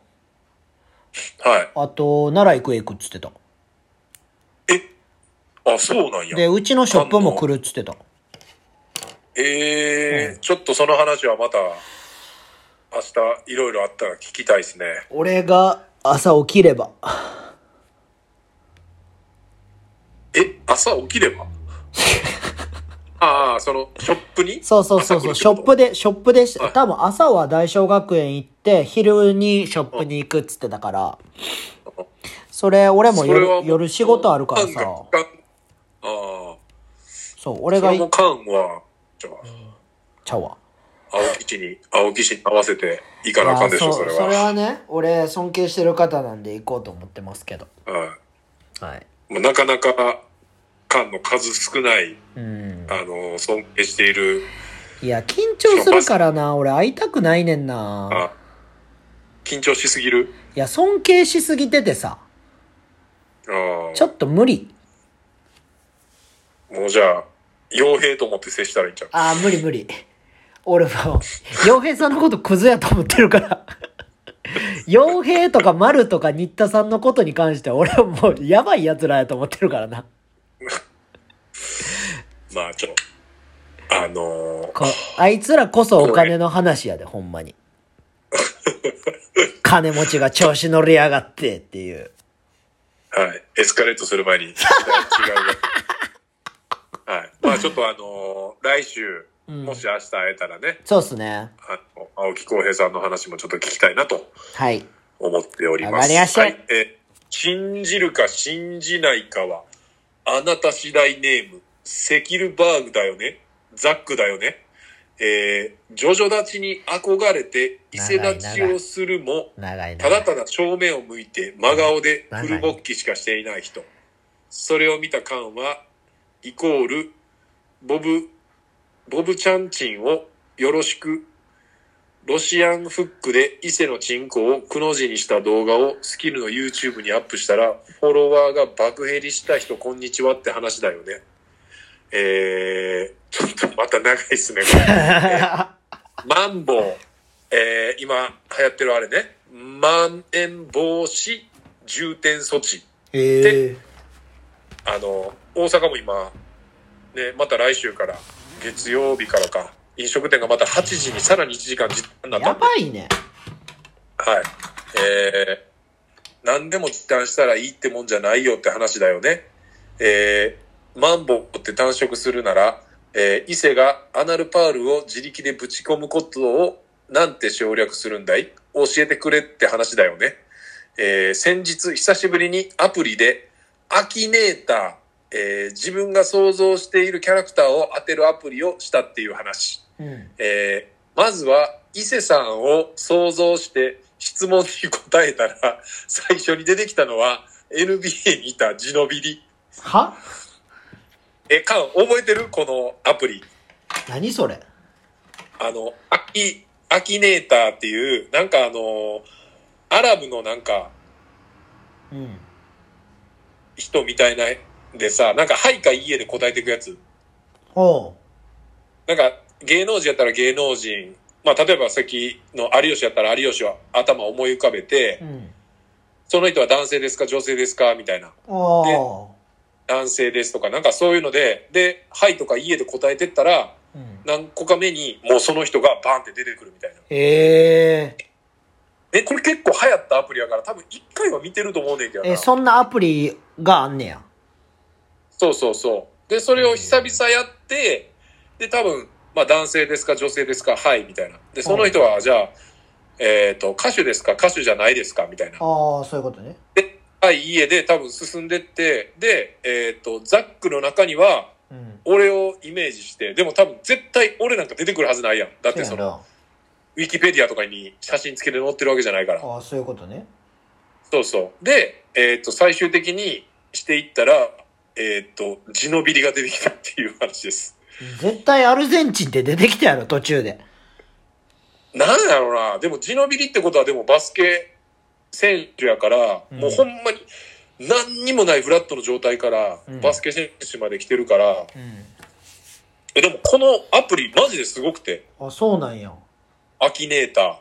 B: はい
A: あと、奈良行く行くっつってた。
B: あそうなん
A: で、
B: や
A: うちのショップも来るっつってた。
B: ええちょっとその話はまた明日いろいろあったら聞きたいですね
A: 俺が朝起きれば。
B: え朝起き ればああそのショップに
A: そうそうそうそう、ショップで、ショップでし、
B: はい
A: 多分朝は大小学園行って、昼にショップに行くっつってたから、それ、俺も
B: それ
A: 夜
B: はもう
A: 夜仕事あるから
B: 缶が
A: さ、
B: 缶ああ
A: そう、俺が
B: それ
A: 行
B: も
A: っ
B: カンは、じゃ
A: ちゃうわ。
B: あ、青木氏に、青木氏に合わせていかなあかんでし
A: いや
B: ょ、
A: そ
B: そうれ
A: それ
B: は。
A: はね、俺尊敬してる方なんで行こうと思ってますけど。
B: は
A: はい。
B: い。もうなかなか、カンの数少ない、
A: うん。
B: あの、尊敬している、
A: いや、緊張するからな、俺会いたくないねんな。
B: あ、緊張しすぎる。
A: いや、尊敬しすぎててさ、
B: あ
A: ちょっと無理。
B: あ、もうじゃあ、傭兵と思って接したらいいんちゃう。
A: ああ、無理無理。俺も、洋平さんのことクズやと思ってるから。洋平とか丸とか新田さんのことに関しては俺はもうやばい奴らやと思ってるからな。
B: まあ、ちょ、あの
A: こあいつらこそお金の話やで、ほんまに。金持ちが調子乗りやがってっていう。
B: ーはい、エスカレートする 前に、違うが。はい。まあ、ちょっとあのー来週、
A: うん
B: もし明日会えたらね、
A: そうっすね。
B: あの、青木浩平さんの話もちょっと聞きたいなと
A: はい。
B: 思っております。
A: わかりました
B: はい。え、信じるか信じないかは、あなた次第ネーム、セキルバーグだよね、ザックだよね、えー、ジョジョ立ちに憧れて、伊勢立ちをするも、
A: 長いな。
B: ただただ正面を向いて真顔でフル勃起しかしていない人。それを見たカンは、イコール、ボブ、ボブちゃんチンをよろしく、ロシアンフックで伊勢のチンコをくの字にした動画をスキルの YouTube にアップしたら、フォロワーが爆減りした人こんにちはって話だよね。えー、ちょっとまた長いっすね、これ。マンボウ、えー、今流行ってるあれね、まん延防止重点措置。
A: ええ
B: あの、大阪も今、ね、また来週から、月曜日からか、飲食店がまた8時にさらに1時間時短になった
A: や
B: んで
A: ばいね。
B: はい。えー、何でも時短したらいいってもんじゃないよって話だよね。えー、マンボウって短縮するなら、えー、伊勢がアナルパールを自力でぶち込むことをなんて省略するんだい教えてくれって話だよね。えー、先日久しぶりにアプリで、アキネーター、えー、自分が想像しているキャラクターを当てるアプリをしたっていう話。
A: うん。
B: えまずは、伊勢さんを想像して質問に答えたら、 最初に出てきたのは、NBA にいたジノビリ。
A: は
B: え、カン、覚えてるこのアプリ。
A: 何それ
B: あの、アキ、アキネーターっていう、なんかあの、アラブのなんか
A: うん。
B: 人みたいなんでさ、なんか、はいかいいえで答えていくやつ。
A: おう。
B: なんか、芸能人やったら芸能人、まあ、例えばさっきの有吉やったら有吉は頭思い浮かべて
A: う、ん。
B: その人は男性ですか女性ですかみたいな。
A: おう。
B: 男性ですとか、なんかそういうので、で、はいとかいいえで答えてったら、
A: うん、
B: 何個か目にもうその人がバーンって出てくるみたいな。
A: えー、
B: え、これ結構流行ったアプリやから多分一回は見てると思うねんけどな。
A: え、そんなアプリがあんねや。
B: そうそうそう。で、それを久々やって、で、多分、まあ男性ですか女性ですかはい、みたいな。で、その人は、じゃあ、えっ、と、歌手ですか歌手じゃないですかみたいな。
A: ああ、そういうことね。
B: はい、いいえで多分進んでって、で、えっ、と、ザックの中には、
A: うん。
B: 俺をイメージして、でも多分絶対俺なんか出てくるはずないやん。だってその、
A: の。
B: ウィキペディアとかに写真付けて載ってるわけじゃないから。
A: ああ、そういうことね。
B: そうそう。で、えっ、と、最終的にしていったら、えっ、と、地のビリが出てきたっていう話です。
A: 絶対アルゼンチンって出てきたやろ、途中で。
B: なんだろうな。でも、ジノビリってことは、でもバスケ選手やから、
A: うん
B: もうほんまに、何にもないフラットの状態から
A: うん、
B: バスケ選手まで来てるから、
A: うん。
B: え、でもこのアプリマジですごくて、
A: あ、そうなんや。
B: アキネーター。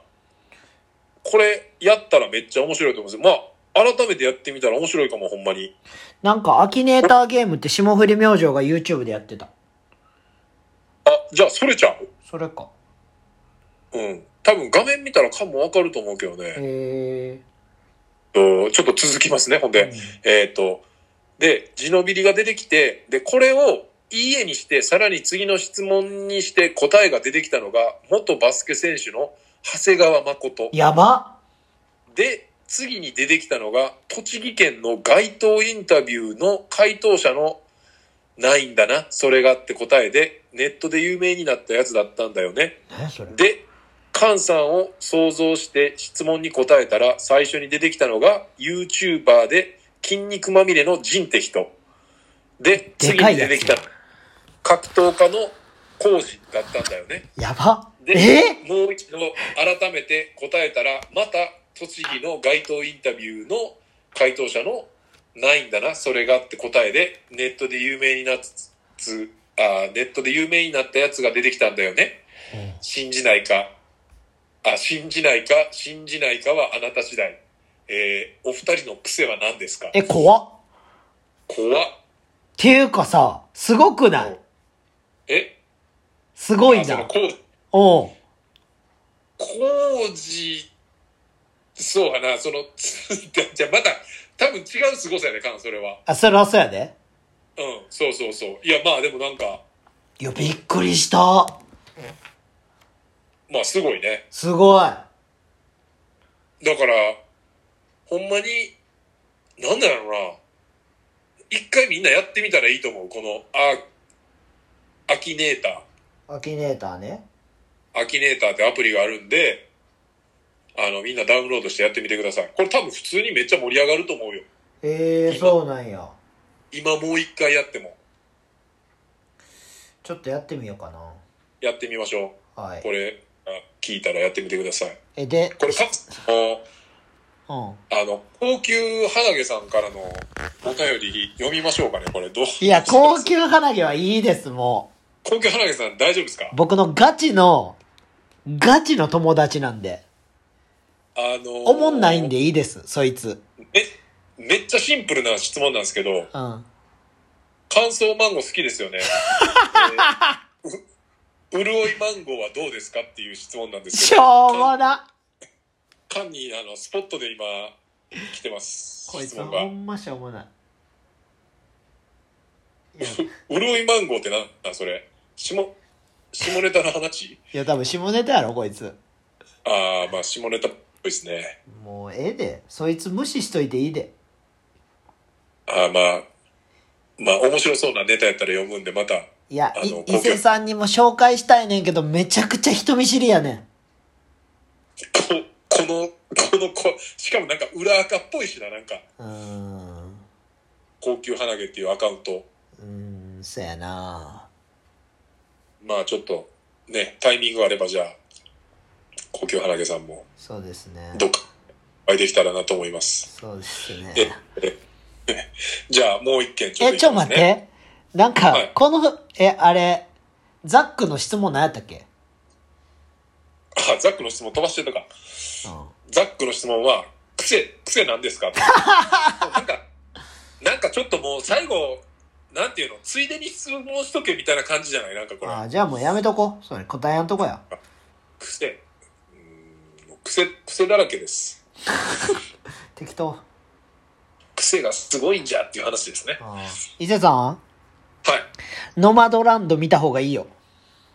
B: これやったらめっちゃ面白いと思うんですよ。まあ、改めてやってみたら面白いかも、ほんまに。
A: なんか、アキネーターゲームって霜降り明星が YouTube でやってた。
B: あ、じゃあ、それちゃう
A: それか。
B: うん。多分画面見たらかもわかると思うけどね。
A: え
B: とちょっと続きますね、ほん
A: え
B: で。えっ、と、で、地のビリが出てきて、で、これを、いいえにして、さらに次の質問にして答えが出てきたのが、元バスケ選手の長谷川誠。
A: やば
B: で、次に出てきたのが、栃木県の街頭インタビューの回答者の、ないんだな、それがって答えで、ネットで有名になったやつだったんだよね。
A: 何やそれ。
B: で、菅さんを想像して質問に答えたら最初に出てきたのが YouTuber で筋肉まみれのジンって人。で、
A: で
B: 次
A: か
B: に
A: いや
B: 出
A: つ
B: てきた格闘家のコウジだったんだよね。
A: やば
B: で
A: え、
B: もう一度改めて答えたら、また栃木の街頭インタビューの回答者のないんだな、それがって答えで、ネットで有名になっつ、あネットで有名になったやつが出てきたんだよね。信じないか、あ、信じないか、信じないかはあなた次第。えーお二人の癖は何ですか
A: え、怖っ。
B: 怖っ。
A: っていうかさ、すごくない
B: え
A: すごい
B: あその
A: な。
B: こう、
A: おう
B: 工事、そうやな、その、 つじゃあまた、多分違う凄さやね、カン、それは。
A: あ、それはそうやで。
B: うん、そうそうそう。いや、まあでもなんか、
A: いや、びっくりした。
B: まあすごいね。
A: すごい。
B: だから、ほんまに、なんだろうな。一回みんなやってみたらいいと思う、この、あ、アキネーター。
A: アキネーターね。
B: アキネーターってアプリがあるんで、あの、みんなダウンロードしてやってみてください。これ多分普通にめっちゃ盛り上がると思うよ。
A: ええ、そうなんや。
B: 今もう一回やっても。
A: ちょっとやってみようか
B: やってみましょ
A: な。は
B: う。
A: い
B: こ。れ、あ聞いたらやってみてください。
A: え、で、
B: これか、も
A: うん。
B: うあの、高級花毛さんからのお便り読みましょうかね、これ。どう
A: いや、高級鼻毛はいいです、も
B: 高級花毛さん大丈夫ですか
A: う。僕のガチの、ガチの友達なんで。
B: あの、
A: おもんないんで。いいです、そいつ。
B: め、めっちゃシンプルな質問なんですけど、
A: うん。
B: 乾燥マンゴー好きです よね。えーう潤いマンゴーはどうですかっていう質問なんです
A: し
B: けど。
A: ょうもな。
B: 缶缶にあのスポットで今来てます。
A: こい
B: 質
A: つ
B: 問
A: ほ
B: が。
A: んましょうもない。いや、い
B: 潤いマンゴーってなんだそれ。下、下ネタの話
A: や多分下ネタやろ、こいつ。
B: ああ、まあ下ネタっぽいですね。
A: もうええで。そいつ無視しといていいで。
B: ああ、まあ、まあ面白そうなネタやったら読むんでまた
A: いや
B: あの
A: い
B: 公共
A: 伊勢さんにも紹介したいねんけどめちゃくちゃ人見知りやねん
B: ここの、この子、しかもなんか裏垢っぽいしな、なんか、
A: うーん
B: 高級鼻毛っていうアカウント。
A: うーんそやな
B: まあちょっと、ね、タイミングがあればじゃあ、高級鼻毛さんも、
A: そうですね
B: どっか、お会いできたらなと思います。
A: そうですね
B: えじゃあ、もう一件ちょっ
A: え
B: と、
A: ちょ待っ。てなんか
B: はい
A: このえあれザックの質問何やったっけ
B: あ、ザックの質問飛ばしてたか。
A: う
B: ザックの質問は、癖、癖なんですか なんか、なんかちょっともう最後、なんていうの、ついでに質問しとけみたいな感じじゃないなんかこ
A: ん
B: れ、
A: あじゃあもうやめとこそれ答えやんとこや
B: 癖。うーん癖、癖だらけです。
A: 適当
B: 癖がすごいんじゃっていう話ですね。
A: うん伊勢さ
B: はい。
A: んノマドランド見た方がいいよ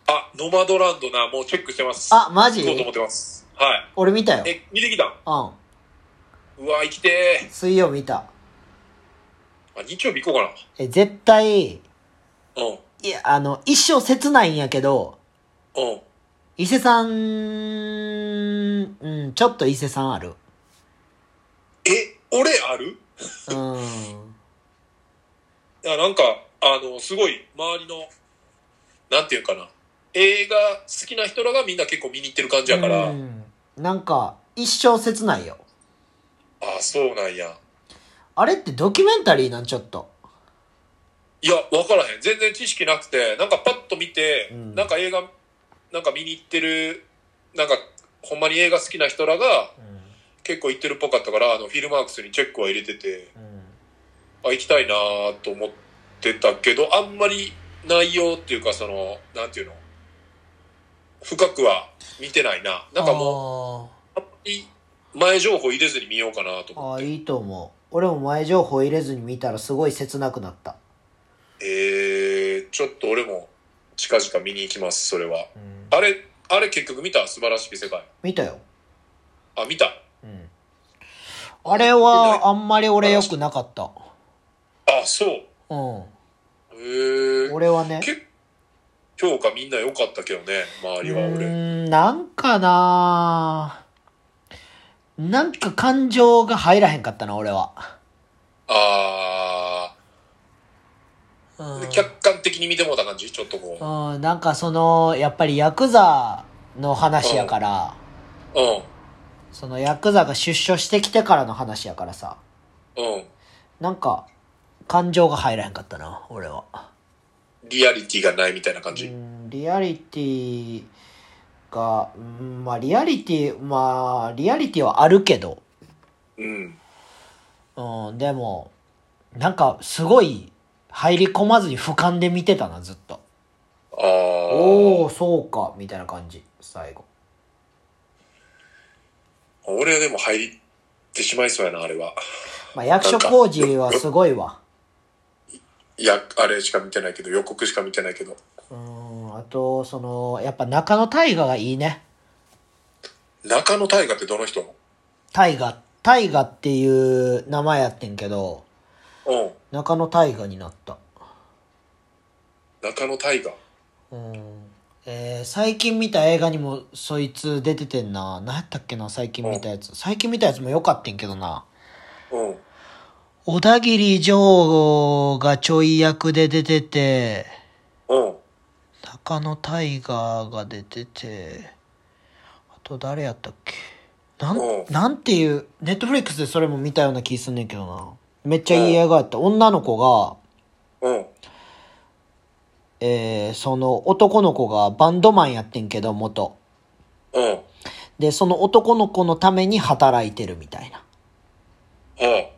B: あ、ノマドランドな、もうチェックしてます。
A: あマジ
B: 行こうと思ってます。は
A: 俺見たよ
B: い。え、見てきたん
A: うん
B: うわ、生きて
A: 水曜見た
B: ー。あ、日曜日行こうか
A: え絶対
B: な。うん。
A: いや、あの、一生切ないんやけど、
B: うん。
A: 伊勢さん、うん、ちょっと伊勢さんある。
B: え、俺ある
A: うん。
B: いや、なんか、あの、すごい、周りの、なんていうかな。映画好きな人らがみんな結構見に行ってる感じやから。
A: うんなんか、一生切ないよ。
B: あ、そうなんや。
A: あれってドキュメンタリーなん、ちょっと。
B: いや、わからへん。全然知識なくて、なんかパッと見て、
A: うん
B: なんか映画、なんか見に行ってる、なんか、ほんまに映画好きな人らが結構行ってるっぽかったから、あの、フィルマークスにチェックは入れてて、あ、行きたいなーと思ってたけど、あんまり内容っていうか、その、なんていうの、深くは見てないな。なんかもう、
A: も
B: あんまり前情報入れずに見ようかなと
A: うあ
B: 思っ
A: あ、
B: て。
A: いいと思う。俺も前情報入れずに見たらすごい切なくなった。
B: えー、ちょっと俺も近々見に行きます、それは。
A: うん
B: あれ、あれ結局見た素晴らしき世界。
A: 見たよ。
B: あ、見た。
A: うんあれは、あんまり俺良くなかった。
B: あ、そう。
A: うん。
B: へえー。
A: 俺はね。
B: 結評価みんな良かったけどね、周りは
A: うー
B: 俺。
A: んなんかなぁなんか感情が入らへんかったな俺は、
B: あ
A: う
B: ー、
A: ん
B: 客観的に見てもうた感じちょっとこう。
A: うん、なんかそのやっぱりヤクザの話やから、
B: う
A: そのヤクザが出所してきてからの話やからさ
B: ん、うん。
A: なんか感情が入らへんかったな俺は
B: リアリティがないみたいな感
A: う
B: じ。
A: んリアリティが、うん、まあリアリティまあリアリティはあるけど
B: うん。
A: うん、でも、なんかすごい入り込まずに俯瞰で見てたな、ずっと。
B: あー。
A: おお、そうか、みたいな感じ、最後。
B: 俺はでも入ってしまいそうやな、あれは。
A: まあ、役所工事はすごいわ。
B: いや、あれしか見てないけど、予告しか見てないけど。
A: うん、あと、その、やっぱ中野大河がいいね。
B: 中野大河ってどの人
A: 大河、大河っていう名前やってんけど、
B: うん。
A: 中野大河になった。
B: 中野大河。
A: うん。えー、最近見た映画にもそいつ出ててんな。何やったっけな、最近見たやつ。最近見たやつも良かったんけどな。
B: うん。
A: 小田切丈がちょい役で出てて、
B: うん。
A: 高野大河が出てて、あと誰やったっけなん
B: うん、
A: なんていう、ネットフリックスでそれも見たような気すんねんけどな。めっちゃいい映画やった。女の子が、
B: うん。
A: えー、その男の子がバンドマンやってんけど、元。
B: うん。うん。
A: で、その男の子のために働いてるみたいな。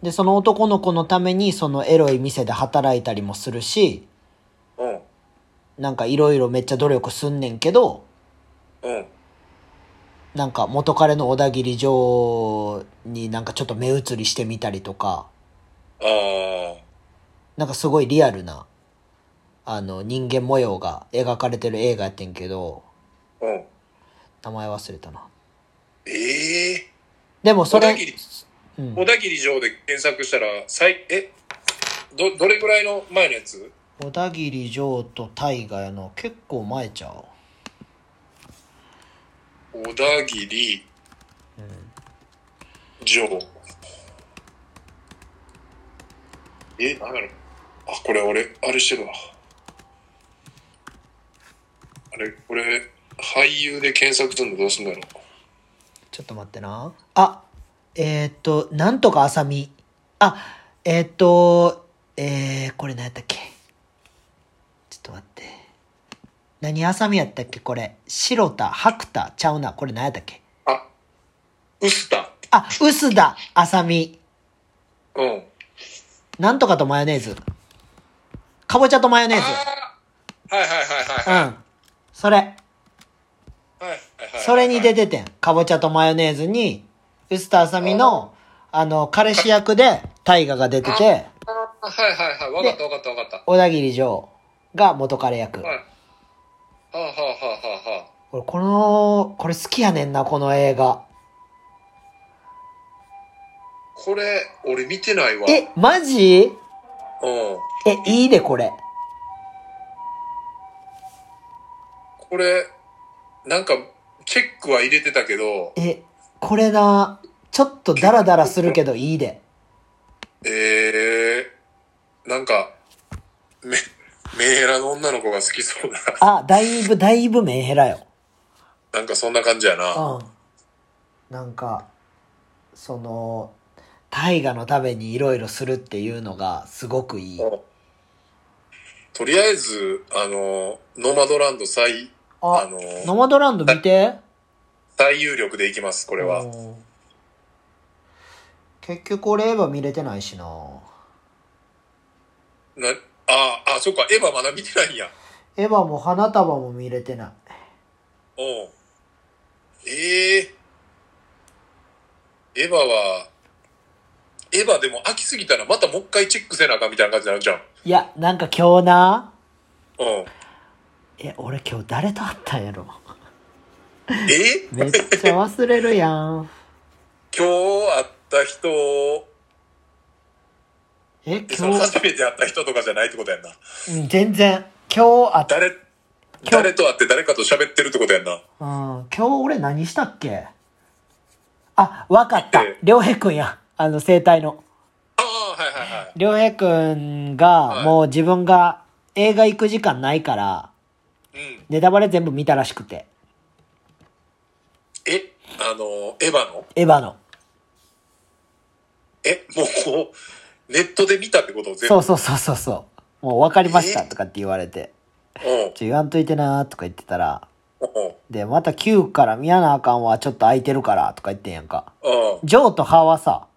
A: で、その男の子のためにそのエロい店で働いたりもするし、
B: うん。
A: なんかいろいろめっちゃ努力すんねんけど、
B: うん。
A: なんか元彼の小田切城になんかちょっと目移りしてみたりとか、
B: ああ。
A: なんかすごいリアルな、あの人間模様が描かれてる映画やってんけど、
B: うん。
A: 名前忘れたな。
B: ええ
A: でもそ
B: 小
A: れ、
B: 田切
A: うん
B: 小田切城で検索したら、最、え、ど、どれぐらいの前のやつ
A: 小田切城と大河やの結構前ちゃう
B: 小田切、城。え、なんやろ。あ、これ俺、あれしてるわ。あれ、これ、俳優で検索するのどうすんだろう。
A: ちょっと待ってなあえーっとなんとかあさみあえーっとえー、これ何やったっけちょっと待って何あさみやったっけこれ白田白田ちゃうなこれ何やったっけ
B: あ、ウスタ。
A: あ臼田あさみ
B: うん。
A: なんとかとマヨネーズかぼちゃとマヨネーズ
B: あーはいはいはいは
A: う
B: いはい。
A: んそれ
B: はいはいはい
A: それに出て
B: て。
A: てん。かぼちゃとマヨネーズに、臼田あさみの、あの、彼氏役で、大河が出てて、
B: あはいはいはい。わかったわかったわかった。
A: 小田切城が元彼役。
B: はい。はあはあはあはあは
A: 俺、この、これ好きやねんな、この映画。
B: あ。これ、俺見てないわ。
A: え、マジ
B: うん。
A: え、いいで、これ。
B: これ、なんか、チェックは入れてたけど、
A: え、これな、ちょっとダラダラするけど、いい で。
B: えー、なんか、メ、メンヘラの女の子が好きそうな、
A: あ、だいぶ、だいぶメンヘラよ。
B: なんかそんな感じやな。
A: うん。なんか、その、大河のためにいろいろするっていうのが、すごくいい。
B: うんとりあえず、あの、ノマドランド最、あ
A: あ、
B: の、
A: ノマドランド見て。
B: 最有力でいきます、こ
A: こ
B: れは。
A: 結局俺エヴァ見れてないしな。
B: なああ、そっか、エヴァまだ見てないんや。
A: エヴァも花束も見れてない。
B: うん。ええエヴァは、エヴァでも飽きすぎたらまたもう一回チェックせなあかんみたいな感じになるじゃん。
A: いや、なんか今日な。
B: うん。
A: え、俺今日誰と会ったんやろ。
B: え
A: めっちゃ忘れるやん。
B: 今日会った人を、
A: え、
B: その
A: 今
B: 初めて会った人とかじゃないってことやんな。
A: 日、うん全然。今日あった。
B: 誰、
A: 日
B: 誰と会って誰かと喋ってるってことやんな。
A: うん、今日俺何したっけあ、わかった
B: え。
A: 良平くんや。あの、生体の。
B: ああ、はいはいはい。
A: 良平くんが、
B: はい
A: もう自分が映画行く時間ないから、
B: うん。
A: ネタバレ全部見たらしくて。
B: え、あの、エヴァの
A: エヴァの。
B: え、もう、ネットで見たってこと全
A: そ
B: 部。
A: うそうそうそうそう。もう分かりました
B: え
A: とかって言われて。
B: うん。
A: ちょ、言わんといてなーとか言ってたら。
B: うん。
A: で、また9から見やなあかんわ、ちょっと空いてるからとか言ってんやんか。
B: うん。
A: ジョーとハーはさ、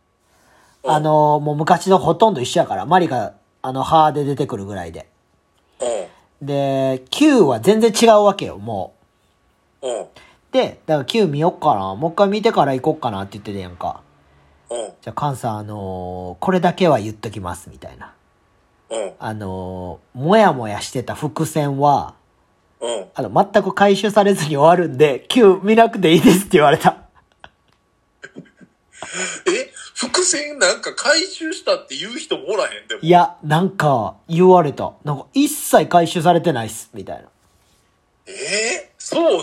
B: うん
A: あのーもう昔のほとんど一緒やから、マリが、あの、ハーで出てくるぐらいで。で、9は全然違うわけよ、もう。
B: うん。うん。
A: で、だから9見よっかな、もう一回見てから行こっかなって言ってたやんか。
B: うん。
A: じゃあ、カンさん、あのーこれだけは言っときます、みたいな。
B: うん。
A: あのーもやもやしてた伏線は、
B: うん。
A: あの、全く回収されずに終わるんで、Q 見なくていいですって言われた。
B: え伏線なんか回収したって言う人もおらへんでも
A: いや、なんか、言われた。なんか、一切回収されてないっす、みたいな。
B: えーそう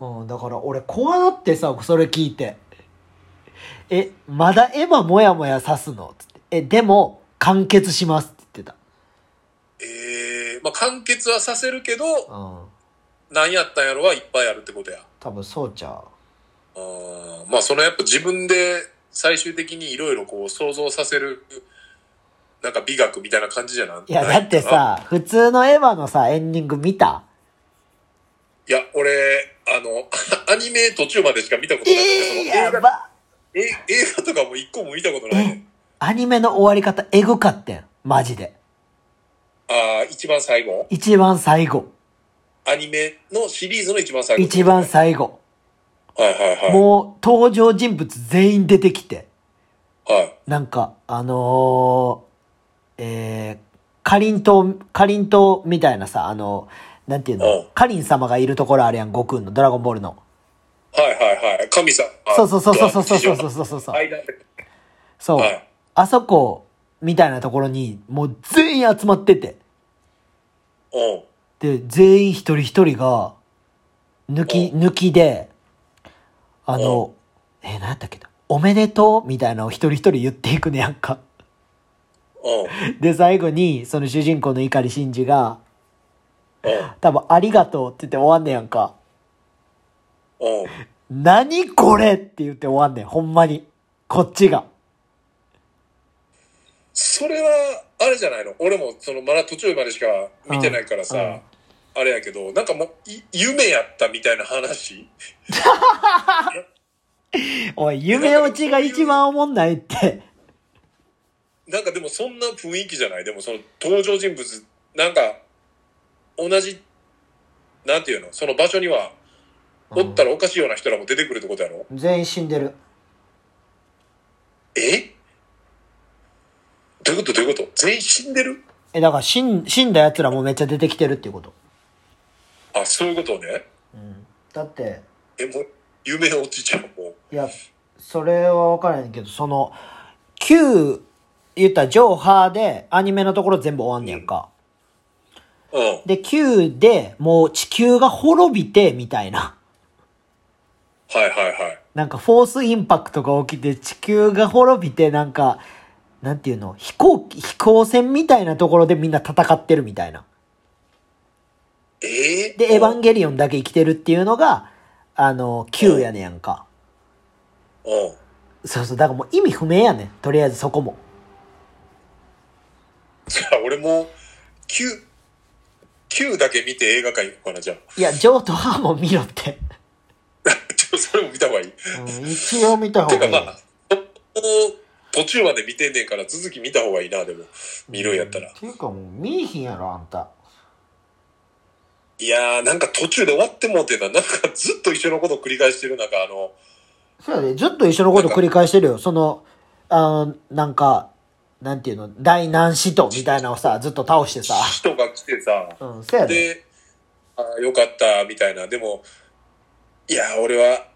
B: なん
A: うん、だから俺、怖なってさ、それ聞いて。え、まだエヴァもやもやさすのつって。え、でも、完結しますって言って
B: えー、まあ完結はさせるけど
A: た。うん。
B: 何やったんやろはいっぱいあるってことや
A: 多分そうちゃう。
B: あーまあそのやっぱ自分で最終的にいろいろこう想像させるなんか美学みたいな感じじゃない
A: いや、だってさ、普通のエヴァのさ、エンディング見た
B: いや俺あの アニメ途中までしか見たことない
A: えー、や
B: その映画
A: ば
B: え映画とかも一個も見たことない
A: え、アニメの終わり方、エグかってん。マジで。
B: ああ一番最後
A: 一番最後。
B: アニメのシリーズの一番最後
A: 一番最後。
B: はいはいはい
A: もう登場人物全員出てきて、
B: はい
A: なんか、あのー、えー、かりんとう、かりんとうみたいなさ、あのー、なんていう
B: う
A: の
B: ん、
A: かりん様がいるところあるやん、悟空の、ドラゴンボールの。
B: はいはいはい。神様。
A: そうそうそうそうそうそうそう
B: う。
A: そうそうそう。
B: 間で
A: そう
B: はい。
A: あそこ、みたいなところに、もう全員集まってて、
B: おう
A: で、全員一人一人が、抜き、
B: う
A: 抜きで、あの、えー、何やったっけなおめでとうみたいなのを一人一人言っていくねやんか。
B: おう
A: で、最後に、その主人公の碇シンジが、
B: お
A: 多分、ありがとうって言って終わんねやんか。
B: うおう
A: 何これって言って終わんねん。ほんまに。こっちが。
B: それは、あれじゃないの俺も、その、まだ途中までしか見てないからさ、
A: うんうん
B: あれやけど、なんかもう、い夢やったみたいな話
A: おい、夢落ちが一番おもんないって。
B: なんかでもそんな雰囲気じゃないでもその登場人物、なんか、同じ、なんていうのその場所には、おったらおかしいような人らも出てくるってことやろ、
A: 全員死んでる。
B: えどういうことどういうこと全員死んでる
A: え、だから死ん、死んだ奴らもめっちゃ出てきてるっていうこと。
B: あ、そういうことね。
A: うん。だって、
B: え、もう、夢落ちちゃう、も
A: いや、それはわからないけど、その、旧、言ったらジョーハーでアニメのところ全部終わんねやんか。
B: う。うん。
A: で、旧でもう地球が滅びて、みたいな。
B: はいはいはい。
A: なんかフォースインパクトが起きて地球が滅びてなんか、なんていうの飛行機、飛行船みたいなところでみんな戦ってるみたいな。
B: えー、
A: で、エヴァン
B: ゲ
A: ゲリオンだけ生きてるっていうのが、あの、旧やねやんか。
B: うん。
A: そうそう、だからもう意味不明やねん。とりあえずそこも。
B: じゃあ俺も、9、9だけ見て映画館行こうかな、じゃあ。
A: いや、ジョーとハーも見ろって。
B: ちょっとそれも見た方がいい。
A: うん、一応見た方
B: て
A: が
B: か
A: いい
B: ま。あ、お途中まで見てんねんから続き見た方がいいな、でも。見るんやったら
A: っ。ていうかもう見えひんやろ、あんた。
B: いやー、なんか途中で終わってもうてな、なんかずっと一緒のこと繰り返してる中、あの、
A: そうやで、ずっと一緒のこと繰り返してるよ。その、あのなんか、なんていうの、大難使徒みたいなのをさ、ずっと倒してさ。
B: 人が来てさ、
A: うん、そうやで。
B: で、あーよかった、みたいな。でも、いやー、俺は、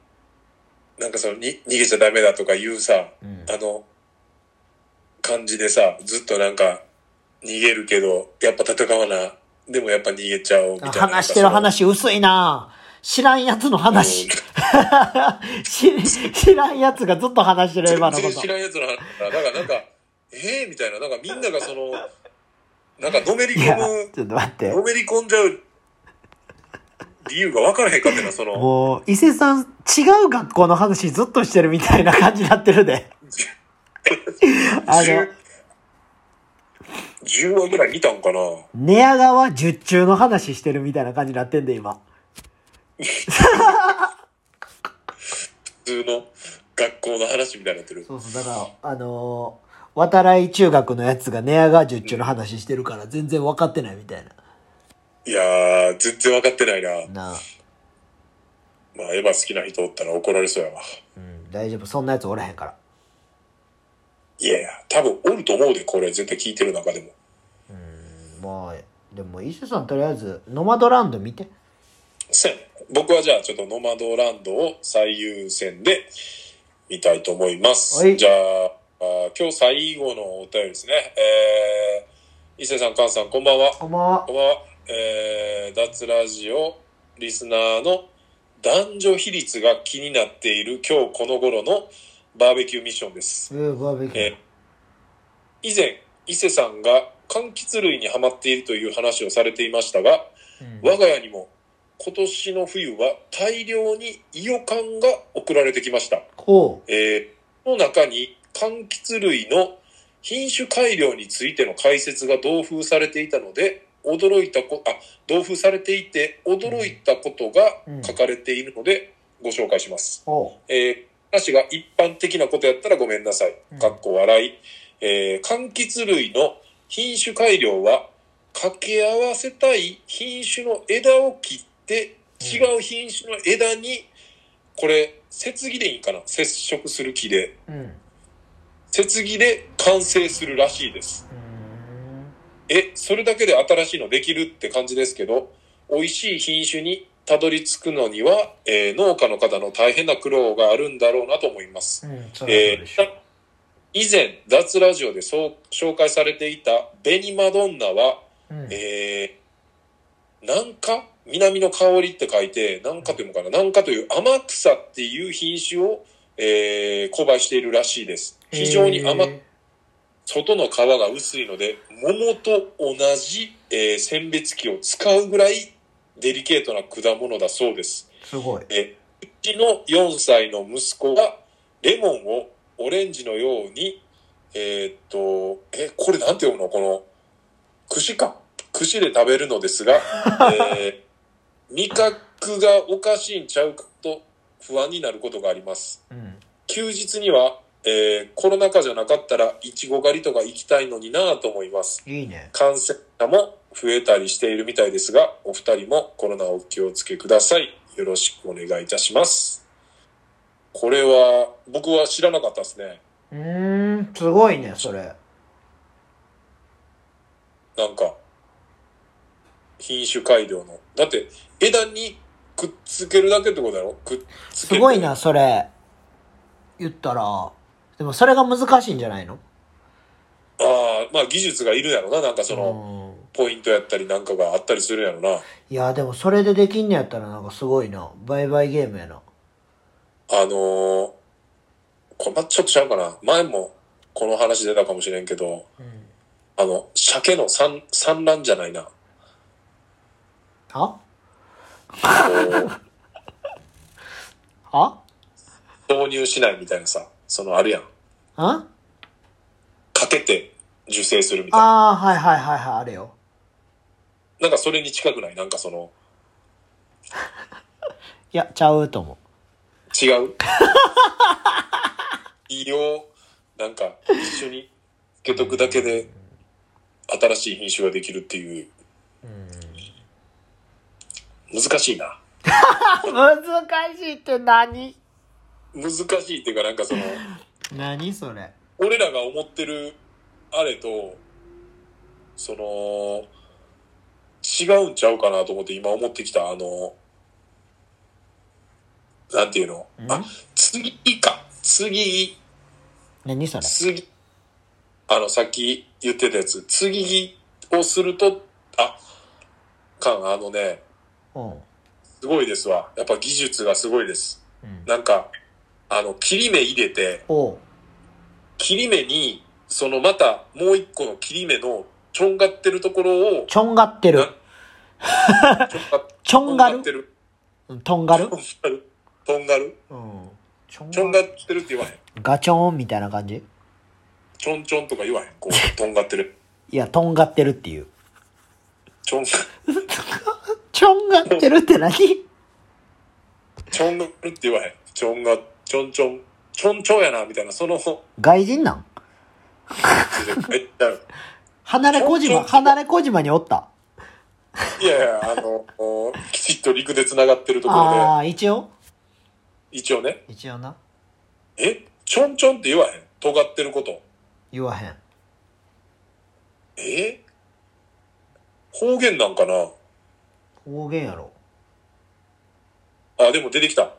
B: なんかその、に逃げちゃダメだとか言うさ、
A: うん
B: あの、感じでさ、ずっとなんか、逃げるけど、やっぱ戦わな、でもやっぱ逃げちゃおう、みたいな。
A: 話してる話薄いな知らんやつの話。知知らんやつがずっと話してる今のこ
B: 全然
A: と
B: 知。らんやつの話だから、なんか、なんか、えー、みたいな、なんかみんながその、なんかのめり
A: いや
B: 込、む、
A: ちょっと待って
B: の。めり込んじゃう理由が分からへんかってな、その、
A: もう、伊勢さん、違う学校の話ずっとしてるみたいな感じになってるで。あの
B: 10、10話ぐらい見たんかな
A: 寝屋川十中の話してるみたいな感じになってんで、今。
B: 普通の学校の話みたいになってる。
A: そうそう、だから、あのー、渡来中学のやつが寝屋川十中の話してるから全然分かってないみたい
B: いやー、全然分かってないな。
A: な。なあ。
B: まあ、エヴァ好きな人おったら怒られそうやわ。
A: うん、大丈夫。そんなやつおらへんから。
B: いやいや、多分おると思うで、これ、絶対聞いてる中でも。
A: まあ、でも、伊勢さんとりあえず、ノマドランド見て。
B: そうやね僕はじゃあちょっとノマドランドを最優先で見たいと思います。
A: はい
B: じゃああー今日最後のお便りですね。えー、伊勢さん、菅さん、こんばんは。
A: こんばんは
B: こ。んばんは。えー、脱ラジオリスナーの男女比率が気になっている今日この頃のバーベキューミッションです
A: え。ー、バーベキュー
B: え。以前、伊勢さんが柑橘類にハマっているという話をされていましたが、
A: うん
B: 我が家にも今年の冬は大量にイオカンが送られてきました。
A: こ
B: えー、の中に柑橘類の品種改良についての解説が同封されていたので、驚いたこ、あ、同封されていて驚いたことが書かれているので、ご紹介します。
A: う。おう。
B: えー話が一般的なことやったらごめんなさい
A: うん。
B: かっこ笑い。えー柑橘類の品種改良は、掛け合わせたい品種の枝を切っ
A: う
B: て、
A: ん
B: 違う品種の枝に、これ、節木でいいかな接触する木で。
A: うん。う
B: 節木で完成するらしいです。
A: ーん
B: え、それだけで新しいのできるって感じですけど、美味しい品種にたどり着くのには、えー農家の方の大変な苦労があるんだろうなと思います。
A: うん。そ
B: えー以前、脱ラジオでそう紹介されていたベニマドンナは、
A: うん
B: え南花南の香りって書いて、南花というのかな南花という天草っていう品種を、えー、購買しているらしいです。非常に甘、
A: え
B: 外の皮が薄いので、桃と同じ、えー、選別機を使うぐらいデリケートな果物だそうです。
A: ーすごい。
B: うちの4歳の息子がレモンをオレンジのように、えーっと、え、これなんて読むのこの、串か。串で食べるのですが、えー味覚がおかしいんちゃうかと不安になることがあります。
A: うん。
B: 休日には、えーコロナ禍じゃなかったらイチゴ狩りとか行きたいのになぁと思います。
A: いいね。
B: 感染者も増えたりしているみたいですが、お二人もコロナをお気をつけください。よろしくお願いいたします。これは、僕は知らなかったですね。
A: うーん、すごいね、それ。
B: なんか、品種改良の。だって、枝にくっつけるだけってことだろくっつけ
A: す
B: る。
A: ごい。な、それ。言ったら。でもそれが難しいんじゃないの
B: ああ、まあ技術がいるやろな。なんかその、
A: の。
B: ポイントやったりなんかがあったりするやろな。
A: いや、でもそれでできんのやったらなんかすごいな。バイバイゲームやな。
B: あのーこれま、ちょっとちゃうかな。前もこの話出たかもしれんけど、
A: うん。
B: あの、鮭の産、産卵じゃないな。こ
A: は
B: う
A: は
B: 導入しないみたいなさ、そのあるやん。
A: あ
B: かけて受精するみたいな。
A: あー、はいはいはいはい、あれよ。
B: なんかそれに近くないなんかその、
A: いや、ちゃうと思う。
B: 違 う胃を、なんか一緒につけとくだけで、新しい品種ができるっていう、難しいな。
A: 難しいって何
B: 難しいっていうか、なんかその、
A: 何それ。
B: 俺らが思ってるあれと、その、違うんちゃうかなと思って今思ってきた、あの、なんていうの
A: ん
B: あ、次か。次、
A: 何それ。
B: 次。あの、さっき言ってたやつ。次をすると、あ、かん、あのね、
A: うん。
B: すごいですわ。やっぱ技術がすごいです。
A: うん
B: なんか、あの、切り目入れて、
A: おう。
B: 切り目に、そのまたもう一個の切り目のちょんがってるところを、
A: ちょんがってる
B: な。ちょんが
A: ちょんが
B: ちょ
A: る
B: ってる。
A: うんとんがる
B: とんがる。
A: うん。ちょ
B: ちょん
A: ん
B: が
A: が
B: ってるって言わへん。
A: ガチョーンみたいな感じ
B: ちょんちょんとか言わへん。こう、とんがってる。
A: いや、とんがってるっていう。
B: ちょん、ち
A: ちょんがってるって何
B: ょんがるって言わへん。ちょんが、ちょんちょん、ちょんちょんやな、みたいな、その、
A: 外人なん
B: めっちゃある
A: 離れ小
B: ちょ
A: 島、
B: んちょん
A: 離れ小島におった。
B: いやいや、あの、おきちっと陸で繋がってるところ
A: ああ、一応
B: で、一応ね、
A: 一応な。
B: え、ちょんちょんって言わへん。尖ってること。
A: 言わへん。
B: え方言なんかな
A: 方言やろ。
B: あ、でも出てきた。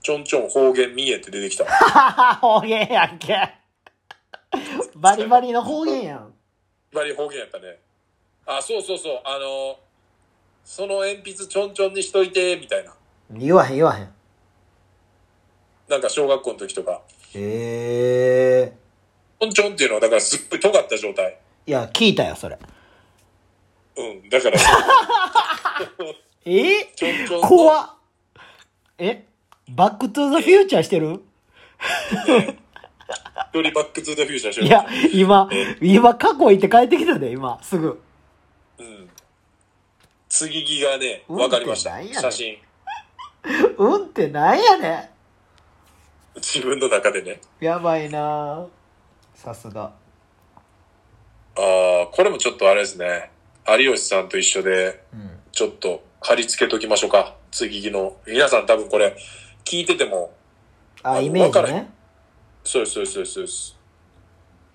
B: ちょんちょん方言見えって出てきた。
A: はは 方言やんけ。バリバリの方言やん。
B: バリ方言やったね。あ、そうそうそう。あの、その鉛筆ちょんちょんにしといて、みたいな。
A: 言わへん言わへん。
B: なんか小学校の時とか。
A: ええ
B: ちょんちょんっていうのは、だからすっごい尖った状態。
A: いや、聞いたよ、それ。
B: うん。だから、
A: え
B: ちょんちょん。
A: 怖っえバックトゥザフューチャーしてる
B: よりバックトゥーザフューチャーしよう
A: いや、今、今、過去行って帰ってきたで、今、すぐ。
B: うん。継ぎ木がね、
A: うん
B: わかりまし
A: ってな
B: た。
A: んやねん
B: 写真。
A: うんってなんやね
B: 自分の中でね。
A: ん。やばいなさすが。
B: ああ、これもちょっとあれですね。有吉さんと一緒で、
A: うん。
B: ちょっと貼り付けときましょうか。次ぎの。皆さん多分これ、聞いてても、あ
A: あ、
B: の
A: イメー
B: わ
A: ジ
B: からへ
A: ね。
B: そうです、そうです、そうですそう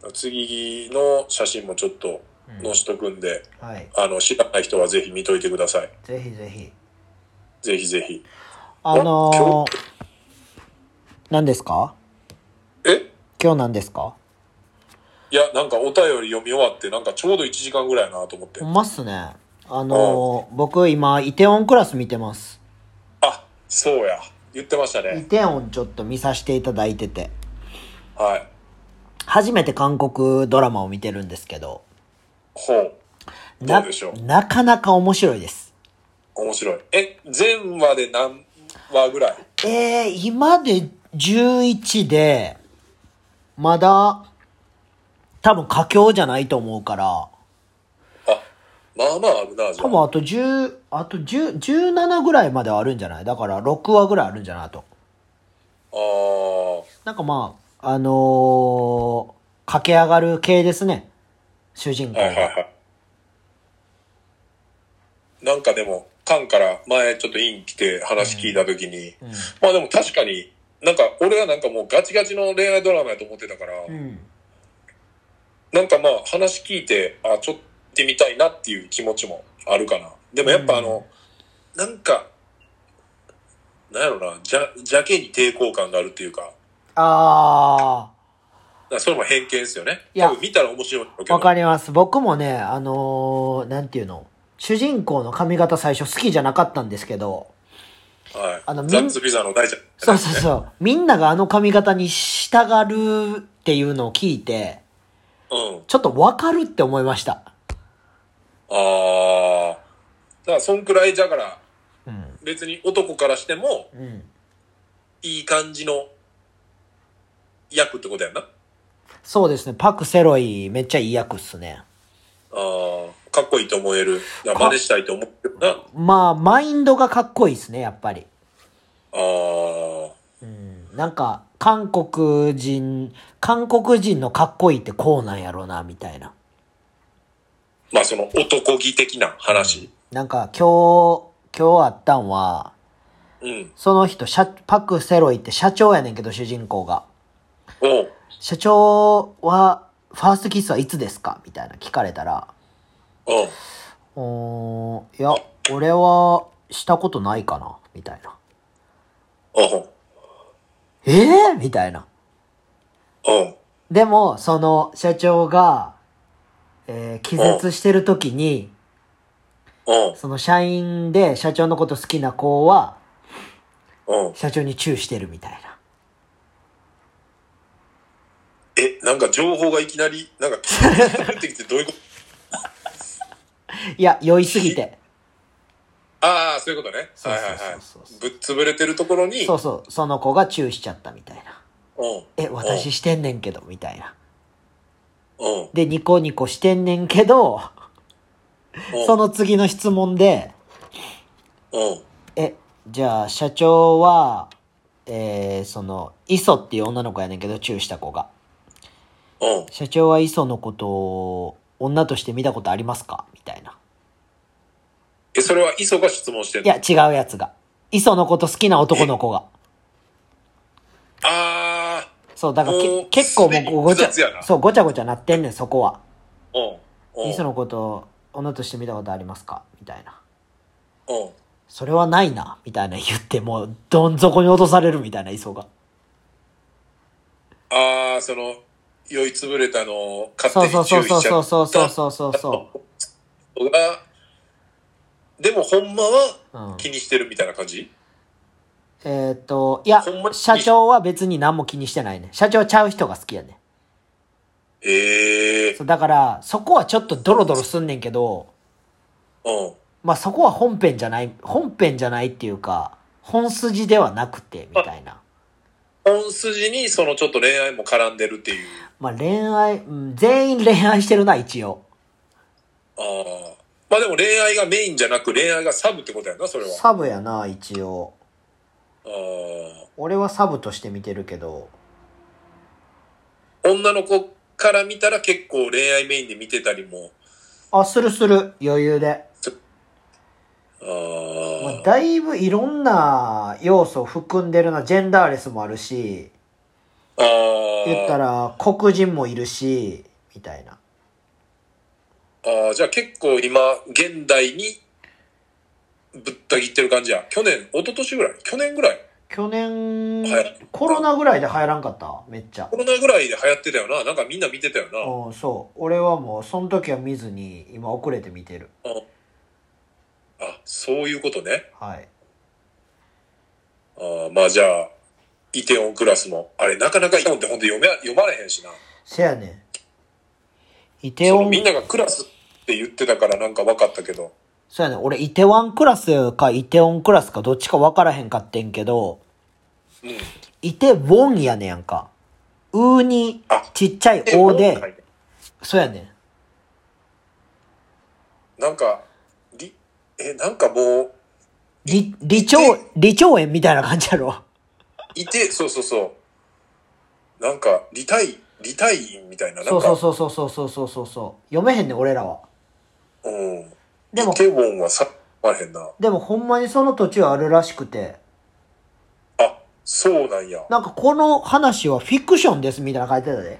B: です。次ぎの写真もちょっと
A: うん
B: 載しとくんで、
A: はい。
B: あの、知らない人はぜひ見といてください。
A: ぜひぜひ。
B: ぜひぜひ。
A: あのー、何ですか
B: え
A: 今日何ですか
B: いや、なんかお便り読み終わって、なんかちょうど1時間ぐらいやなと思って
A: ほ。んまっすね。ああのー僕今、イテオンクラス見てます。
B: あ、そうや。言ってました
A: イ
B: ね。
A: テオンちょっと見させていただいてて、
B: はい。
A: 初めて韓国ドラマを見てるんですけど、
B: ほう。ど
A: な
B: うでしょう、
A: なかなか面白いです。
B: 面白い。え、全話で何話ぐらい
A: えー、今で11で、まだ、多分佳境じゃないと思うから、
B: あ、まあまああるな、じゃ
A: 多分
B: あ。
A: あと10、あと10、17ぐらいまではあるんじゃないだから6話ぐらいあるんじゃないと。
B: あー
A: なんかまあ、あのー駆け上がる系ですね。主人公
B: はいはい
A: が。
B: はい。なんかでも、カンから前ちょっとイン来て話聞いたときに、
A: うん
B: まあでも確かに、なんか俺はなんかもうガチガチの恋愛ドラマやと思ってたから、
A: うん。
B: なんかまあ話聞いて、あ、ちょっと行ってみたいなっていう気持ちもあるかな。でもやっぱあの、なんか、なんやろな、じゃ、邪気に抵抗感があるっていうか、
A: あ
B: だからそれも偏見ですよね。
A: いや
B: 多分見たら面白いんだろうけ
A: ー、
B: ど。
A: わかります。僕もね、あのーなんていうの。主人公の髪型最初好きじゃなかったんですけど、
B: はい。
A: あのみん
B: ザッツピザの大ちゃん。
A: そうそうそう。みんながあの髪型に従るっていうのを聞いて、
B: うん。
A: ちょっとわかるって思いました。
B: ああ。だから、そんくらい、だから、
A: うん。
B: 別に男からしても、
A: うん。
B: いい感じの役ってことやんな。あ
A: そうですね。パクセロイめっちゃいい役っすね。
B: あ、かっこいいと思える。だから真似したいと思ってるな。あ
A: まあ、マインドがかっこいいですね、やっぱり。
B: あー。
A: うん。なんか、韓国人、韓国人のかっこいいってこうなんやろうな、みたいな。
B: まあ、その男気的な話。
A: なんか、今日、今日あったんは、
B: うん。
A: その人、社パクセロイって社長やねんけど、主人公が。
B: おう
A: 社長は、ファーストキスはいつですかみたいな聞かれたら、
B: おう
A: うーん、いや、俺は、したことないかな、みたいな。
B: おう
A: ええみたいな。
B: おう
A: でも、その、社長が、えー気絶してる時に、
B: おう
A: その社員で社長のこと好きな子は、
B: おう
A: 社長にチューしてるみたいな。
B: え、なんか情報がいきなり、なんか、入ってきてどういうこと
A: いや、酔いすぎて。
B: ああ、そういうことね。
A: そう
B: はい
A: そう
B: はいはい
A: そうそ。
B: ぶっ潰れてるところに、
A: そうそう、その子がチューしちゃったみたいな。
B: うん。
A: え、私してんねんけど、みたいな。
B: うん。うん。
A: で、ニコニコしてんねんけど、その次の質問で、
B: うん。
A: え、じゃあ、社長は、えー、その、イソっていう女の子やねんけど、チューした子が。
B: うん。
A: 社長はイソのことを、女として見たことありますかみたいな。
B: え、それは磯が質問してん
A: い
B: の
A: や、違うやつが。イソのこと好きな男の子が。
B: あ
A: そう、だから
B: も
A: け
B: う
A: 結構も
B: すでに
A: うごちゃ
B: 複雑や、な
A: そう、ごちゃごちゃなってんねん、そこは。
B: ー。うん。うん。
A: イソのことを女として見たことありますかみたいな。
B: うん。
A: それはないな、みたいな言って、もう、どん底に落とされるみたいな、イソが。
B: ああ、その、酔いつぶれたのを勝
A: そ
B: 手
A: うそう
B: に注
A: そう
B: 意しち
A: そ
B: ゃ
A: う
B: った
A: そうそうそうそうそ
B: のが、でもほんま
A: う。う
B: は
A: ん。
B: 気にしてるみたいな感じ
A: えーっと、いや
B: ほんま、に
A: 社長は別に何も気にしてないね。社長ちゃう人が好きやね。
B: ええ
A: そう、だから、そこはちょっとドロドロすんねんけど、
B: うん。
A: まあそこは本編じゃない、本編じゃないっていうか、本筋ではなくて、みたいな。
B: 本筋にそのちょっと恋愛も絡んでるっていう。
A: まあ恋愛、うん全員恋愛してるな、一応。
B: ああ。まあでも恋愛がメインじゃなく恋愛がサブってことやな、それは。
A: サブやな、一応。
B: ああ。
A: 俺はサブとして見てるけど。
B: 女の子から見たら結構恋愛メインで見てたりも。
A: あ、するする、余裕で。
B: あ
A: ま
B: ー
A: あ、だいぶいろんな要素を含んでるな。ジェンダーレスもあるし、
B: あー。
A: 言ったら黒人もいるし、みたいな。
B: ああ、じゃあ結構今、現代にぶった切ってる感じや。去年、一昨年ぐらい去年ぐらい
A: 去年、
B: はい
A: コロナぐらいで入らんかっためっちゃ
B: コ。ロナぐらいで流行ってたよな。なんかみんな見てたよな。
A: うん、そう。俺はもう、その時は見ずに、今遅れて見てる。
B: うんそういうことね。
A: はい。
B: あーまあじゃあ、イテオンクラスも、あれなかなかイテオンって本当読め、読まれへんしな。
A: せやねん。イテ
B: そ
A: オ
B: の
A: ン
B: みん、ながクラスって言ってたからなんか分かったけど。
A: そうやねん。俺、イテワンクラスかイテオンクラスかどっちか分からへんかってんけど、
B: うん。
A: イテウォンやねやんか。うーに
B: あ、
A: ちっちゃいお
B: イテウォン書い
A: で、
B: て
A: そうやねん。
B: なんか、り、え、なんかもう、
A: り、李長、李長園みたいな感じやろ。
B: いて、そうそうそう。なんか、リタイ、リタイ員みたい な、なんか、
A: そうそうそうそうそうそうそうそう。読めへんねん、俺らは。
B: うん。
A: でも
B: イテウォンはさ、あれへんな。
A: でもほんまにその土地はあるらしくて、
B: あ、そうなんや。
A: なんかこの話はフィクションですみたいなの書いてたで。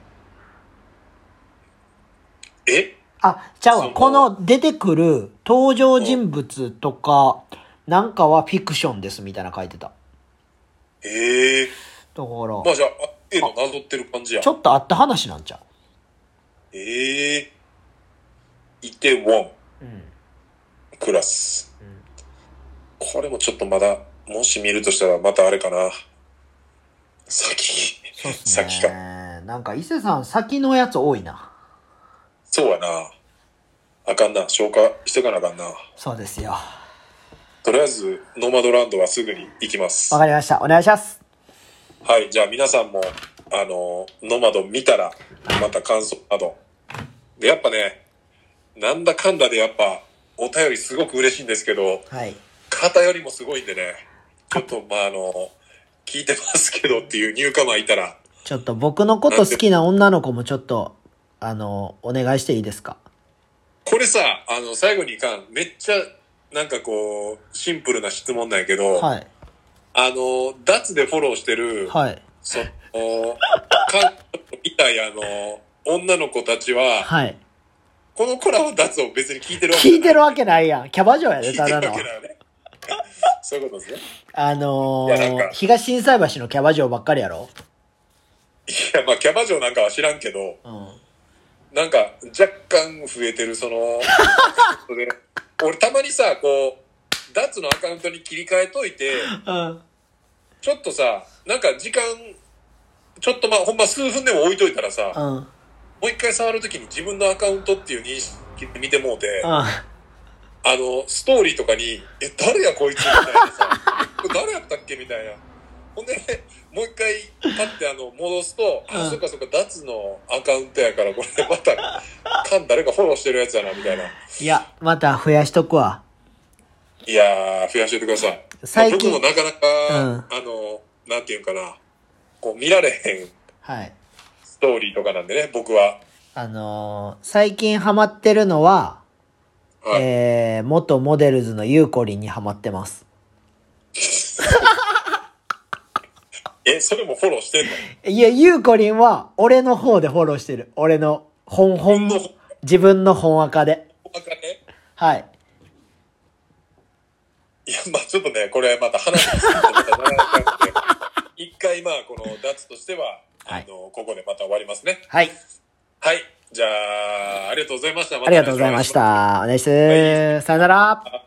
B: え
A: あ、ちゃう
B: そ
A: わ。
B: の
A: この出てくる登場人物とか、なんかはフィクションですみたいなの書いてた。
B: ええ
A: だから
B: まあ、じゃあ、ある程度なぞってる感じや
A: ち。ょっとあった話なんちゃ
B: ええイテウォン
A: ううん。
B: クラス
A: うん。
B: これもちょっとまだ、もし見るとしたらまたあれかな。先。
A: そうっす
B: 先か。
A: ね。なんか伊勢さん先のやつ多いな。
B: そうやな。あかんな。消化してかなあかんな。
A: そうですよ。
B: とりあえず、ノマドランドはすぐに行きます
A: わ。かりました。お願いします。
B: はい、じゃあ皆さんも、あの、ノマド見たら、また感想など。で、やっぱね、なんだかんだでやっぱ、お便りすごく嬉しいんですけど、
A: はい。
B: 偏りもすごいんでね、ちょっと、まあ、あの、聞いてますけどっていうニューカマーいたら、
A: ちょっと僕のこと好きな女の子もちょっと、あの、お願いしていいですか
B: これさ、あの、最後にいかん、めっちゃ、なんかこう、シンプルな質問なんやけど、
A: はい。
B: あの、ダツでフォローしてる、
A: はい。
B: その、韓国みたいあの、女の子たちは、
A: はい。
B: この子らはダツを別に聞いてるわけ
A: 聞
B: じゃ
A: い
B: ない
A: てるわけないやん。キャバ嬢や
B: 聞
A: で、
B: い
A: た
B: てる
A: だ
B: わ
A: の
B: け。だよね。 そういうことですね。
A: あの
B: いやなん
A: ー、
B: か
A: 東心斎橋のキャバ嬢ばっかりやろ
B: いや、まあ、キャバ嬢なんかは知らんけど、
A: うん。
B: なんか、若干増えてる、そ の、それ俺、たまにさ、こう、ダッツのアカウントに切り替えといて、
A: うん。
B: ちょっとさ、なんか時間、ちょっとまあ、ほんま数分でも置いといたらさ、も
A: うん。
B: う一回触るときに自分のアカウントっていう認識で見てもうて、あの、ストーリーとかに、え、誰やこいつみたいなさ、 これ誰やったっけみたいな。ほんで、もう一回、パッてあの、戻すと、あ、
A: うん
B: そっかそっか、ダツのアカウントやから、これ また、カン誰かフォローしてるやつやな、みたいな。
A: いや、また増やしとくわ。
B: いやー、増やしててください。
A: 最近
B: まあ僕もなかなか、あの、なんていうんかな、こう、見られへん
A: はい。
B: ストーリーとかなんでね、僕は。
A: あのー、最近ハマってるのは、
B: はい。
A: えー、元モデルズのゆうこりんにハマってます。
B: え、それもフォローしてんの
A: いや、ゆうこりんは、俺の方でフォローしてる。俺の、本、本
B: の、
A: 自分の本垢で。
B: 細かね。
A: はい。
B: いや、まあちょっとね、これまた話が進んでまたならなくて、一回まあこの脱としては、
A: はい
B: あの、ここでまた終わりますね。
A: はい。
B: はい。じゃあ、ありがとうございました。ま
A: ありがとうございまし。た。お願いします。さよなら。
B: はい